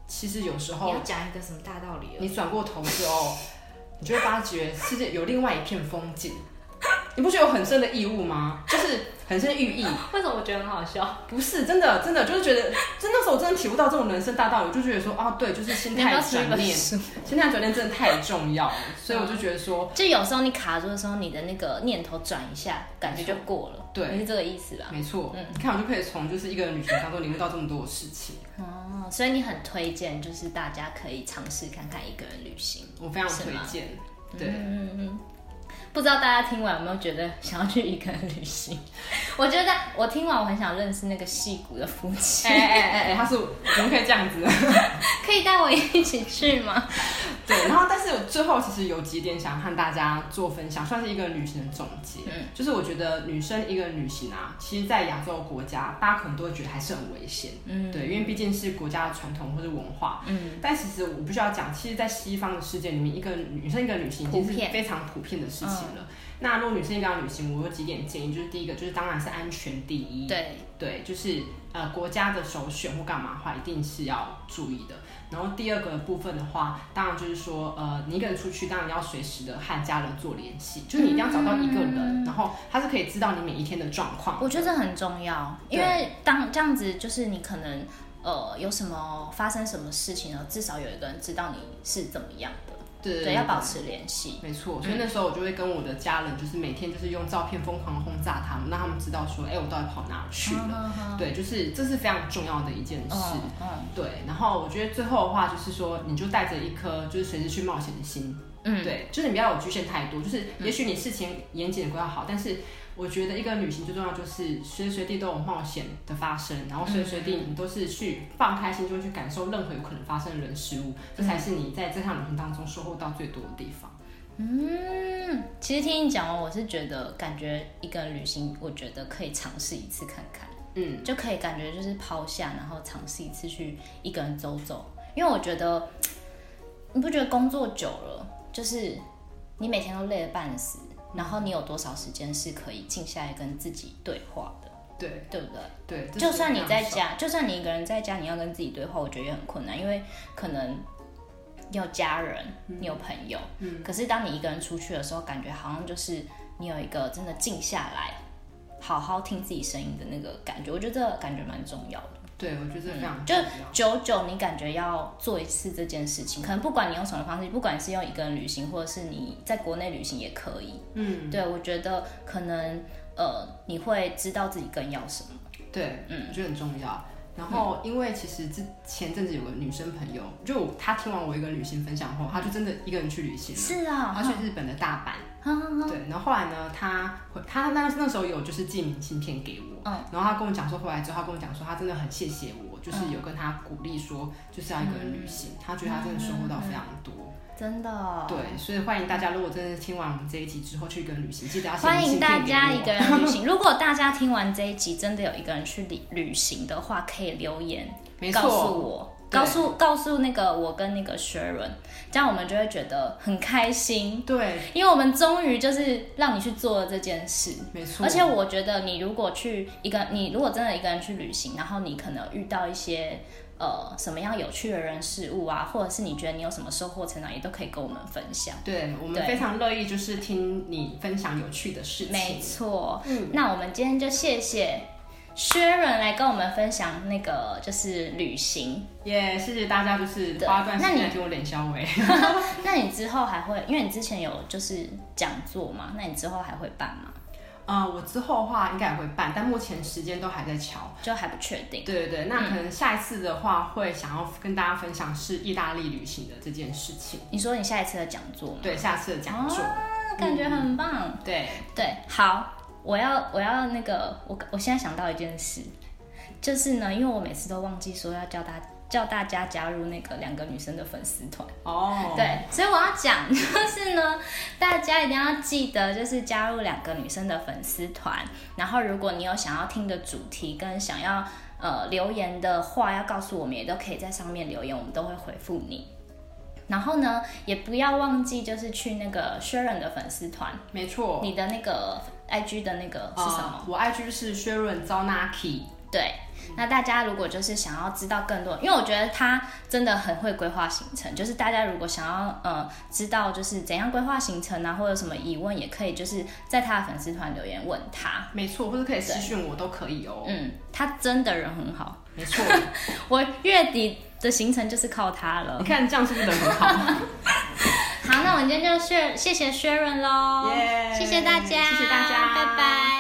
Speaker 1: 其实有时
Speaker 3: 你
Speaker 1: 候
Speaker 3: 要讲一个什么大道理了？
Speaker 1: 你转过头之后， 你就会发觉世界有另外一片风景。你不觉得有很深的义务吗？就是很深的寓意，
Speaker 3: 为什么我觉得很好笑？
Speaker 1: 不是真的，真的就是觉得，真那时候我真的体悟到这种人生大道理，我就觉得说啊，对，就是 心
Speaker 2: 你要不
Speaker 1: 态
Speaker 2: 要出一
Speaker 1: 转
Speaker 2: 本
Speaker 1: 念，
Speaker 2: 书？
Speaker 1: 心态转念真的太重要了，所以我就觉得说，
Speaker 2: 就有时候你卡住的时候，你的那个念头转一下，感觉就过了。
Speaker 1: 对
Speaker 2: 你是这个意思吧？
Speaker 1: 没错，
Speaker 2: 嗯
Speaker 1: 你看我就可以从就是一个旅行当中领悟到这么多的事情，
Speaker 2: 哦，所以你很推荐，就是大家可以尝试看看一个人旅行。
Speaker 1: 我非常
Speaker 2: 是
Speaker 1: 推
Speaker 2: 吗
Speaker 1: 荐。对，
Speaker 2: 嗯嗯嗯。不知道大家听完有没有觉得想要去一个人旅 行？我觉得我听完我很想认识那个戏骨的夫妻，
Speaker 1: 哎哎哎哎，他是怎么可以这样子？
Speaker 2: 可以带我一起去吗？
Speaker 1: 对，然后但是我最后其实有几点想和大家做分享，算是一个旅行的总结。
Speaker 2: 嗯
Speaker 1: 就是我觉得女生一个人旅行啊，其实，在亚洲国家，大家可能都会觉得还是很危险。
Speaker 2: 嗯，
Speaker 1: 对，因为毕竟是国家的传统或是文化。
Speaker 2: 嗯，
Speaker 1: 但其实我必须要讲，其实，在西方的世界里面，一个女生一个旅行已经是
Speaker 2: 普遍嗯
Speaker 1: 非常普遍的事情了。那如果女生一个人旅行，我有几点建议，就是第一个就是当然是安全第 一。
Speaker 2: 对，
Speaker 1: 对，就是呃国家的首选或干嘛的话，一定是要注意的。然后第二个部分的话，当然就是说，呃，你一个人出去，当然要随时的和家人做联系，就是你一定要找到一个
Speaker 2: 嗯
Speaker 1: 人，然后他是可以知道你每一天的状况。
Speaker 2: 我觉得这很重要，因为当这样子就是你可能呃有什么发生什么事情了，至少有一个人知道你是怎么样的，
Speaker 1: 对对
Speaker 2: 对，要保持嗯联系。
Speaker 1: 没错，所以那时候我就会跟我的家人，就是每天就是用照片疯狂轰炸他们，让他们知道说，哎、我到底跑哪去了。
Speaker 2: 嗯嗯
Speaker 1: 对，就是这是非常重要的一件事。
Speaker 2: 嗯嗯
Speaker 1: 对，然后我觉得最后的话就是说，你就带着一颗就是随时去冒险的心，
Speaker 2: 嗯，
Speaker 1: 对，就是你不要有局限太多，就是也许你事前严谨的规划好，但是我觉得一个旅行最重要就是随时随地都有冒险的发生，然后随时随地
Speaker 2: 嗯
Speaker 1: 你都是去放开心胸去感受任何有可能发生的人事物，这才是你在这趟旅行当中收获到最多的地方。
Speaker 2: 嗯，其实听你讲完，我是觉得感觉一个人旅行，我觉得可以尝试一次看看，
Speaker 1: 嗯，
Speaker 2: 就可以感觉就是抛下，然后尝试一次去一个人走走，因为我觉得你不觉得工作久了，就是你每天都累得半死，然后你有多少时间是可以静下来跟自己对话的，
Speaker 1: 对
Speaker 2: 对不对？
Speaker 1: 对，这
Speaker 2: 就是算
Speaker 1: 非
Speaker 2: 你
Speaker 1: 常
Speaker 2: 在
Speaker 1: 少，
Speaker 2: 家，就算你一个人在家，你要跟自己对话，我觉得也很困难，因为可能你有家人，你有朋友，可是当你一个人出去的时候，感觉好像就是你有一个真的静下来，好好听自己声音的那个感觉，我觉得这个感觉蛮重要的。
Speaker 1: 对我觉得这非常
Speaker 2: 嗯就
Speaker 1: 重要
Speaker 2: 久久你感觉要做一次这件事情，可能不管你用什么方式，不管是用一个人旅行，或者是你在国内旅行也可以。
Speaker 1: 嗯，
Speaker 2: 对我觉得可能呃，你会知道自己更要什么。
Speaker 1: 对，
Speaker 2: 嗯
Speaker 1: 我觉得很重要。然后，因为其实之前阵子有个女生朋友，就我她听完我一个旅行分享后，她就真的一个人去旅行了，
Speaker 2: 是啊，
Speaker 1: 她去日本的大阪。对，然后后来呢，他回他那那时候有就是寄明信片给我，
Speaker 2: 嗯
Speaker 1: 然后他跟我讲说，回来之后他跟我讲说，他真的很谢谢我，就是有跟他鼓励说，就是要一个人旅行，
Speaker 2: 嗯
Speaker 1: 他觉得他真的收获到非常多。
Speaker 2: 真的、嗯哦，
Speaker 1: 对，所以欢迎大家，如果真的听完我们这一集之后去一个人旅行，记得要写
Speaker 2: 啊欢
Speaker 1: 明
Speaker 2: 迎
Speaker 1: 信
Speaker 2: 大
Speaker 1: 片给
Speaker 2: 家一
Speaker 1: 我。
Speaker 2: 个人旅行。 如果大家听完这一集，真的有一个人去旅旅行的话，可以留言
Speaker 1: 没
Speaker 2: 告诉
Speaker 1: 错，
Speaker 2: 我，
Speaker 1: 对
Speaker 2: 告诉告诉那个我跟那个 Sharon，这样我们就会觉得很开心，
Speaker 1: 对，
Speaker 2: 因为我们终于就是让你去做了这件事。
Speaker 1: 没错，
Speaker 2: 而且我觉得，你如果去一个，你如果真的一个人去旅行，然后你可能遇到一些呃什么样有趣的人事物啊，或者是你觉得你有什么收获成长，也都可以跟我们分享。
Speaker 1: 对我们
Speaker 2: 对
Speaker 1: 非常乐意就是听你分享有趣的事
Speaker 2: 没
Speaker 1: 情。
Speaker 2: 错，那我们今天就谢谢 Sharon 来跟我们分享那个就是旅行。
Speaker 1: 耶谢谢大家，就是
Speaker 2: 对
Speaker 1: 花段时
Speaker 2: 那你
Speaker 1: 间来听我脸消委。
Speaker 2: 那你之后还会，因为你之前有就是讲座嘛，那你之后还会办吗？
Speaker 1: 呃，我之后的话应该也会办，但目前时间都还在瞧。
Speaker 2: 就还不确定。
Speaker 1: 对对对，
Speaker 2: 嗯
Speaker 1: 那可能下一次的话会想要跟大家分享是意大利旅行的这件事情。
Speaker 2: 你说你下一次的讲座吗？
Speaker 1: 对，下次的讲座。
Speaker 2: 那嗯感觉很棒。
Speaker 1: 对，
Speaker 2: 对，好，我要我要那个，我我现在想到一件事，就是呢，因为我每次都忘记说要叫大叫大家加入那个两个女生的粉丝团。
Speaker 1: 哦，，
Speaker 2: 对，所以我要讲就是呢， 大家一定要记得，就是加入两个女生的粉丝团。然后，如果你有想要听的主题跟想要呃留言的话，要告诉我们，也都可以在上面留言，我们都会回复你。然后呢，也不要忘记就是去那个 Sharon 的粉丝团，
Speaker 1: 没错。呃
Speaker 2: 你的那个 IG 的那个是什么？
Speaker 1: 呃我 IG 是 Sharon 招 Naki，
Speaker 2: 对，那大家如果就是想要知道更多，因为我觉得他真的很会规划行程，就是大家如果想要呃知道就是怎样规划行程啊，或者什么疑问，也可以就是在他的粉丝团留言问他。
Speaker 1: 没错，或者可以私讯我都可以哦。
Speaker 2: 嗯，他真的人很好，
Speaker 1: 没错，
Speaker 2: 我月底的行程就是靠他了
Speaker 1: 你。看这样是不是人很好？
Speaker 2: 好，那我们今天就谢谢谢 Sharon 喽
Speaker 1: 耶
Speaker 2: 哦谢谢大家，
Speaker 1: 谢谢大家
Speaker 2: 拜拜。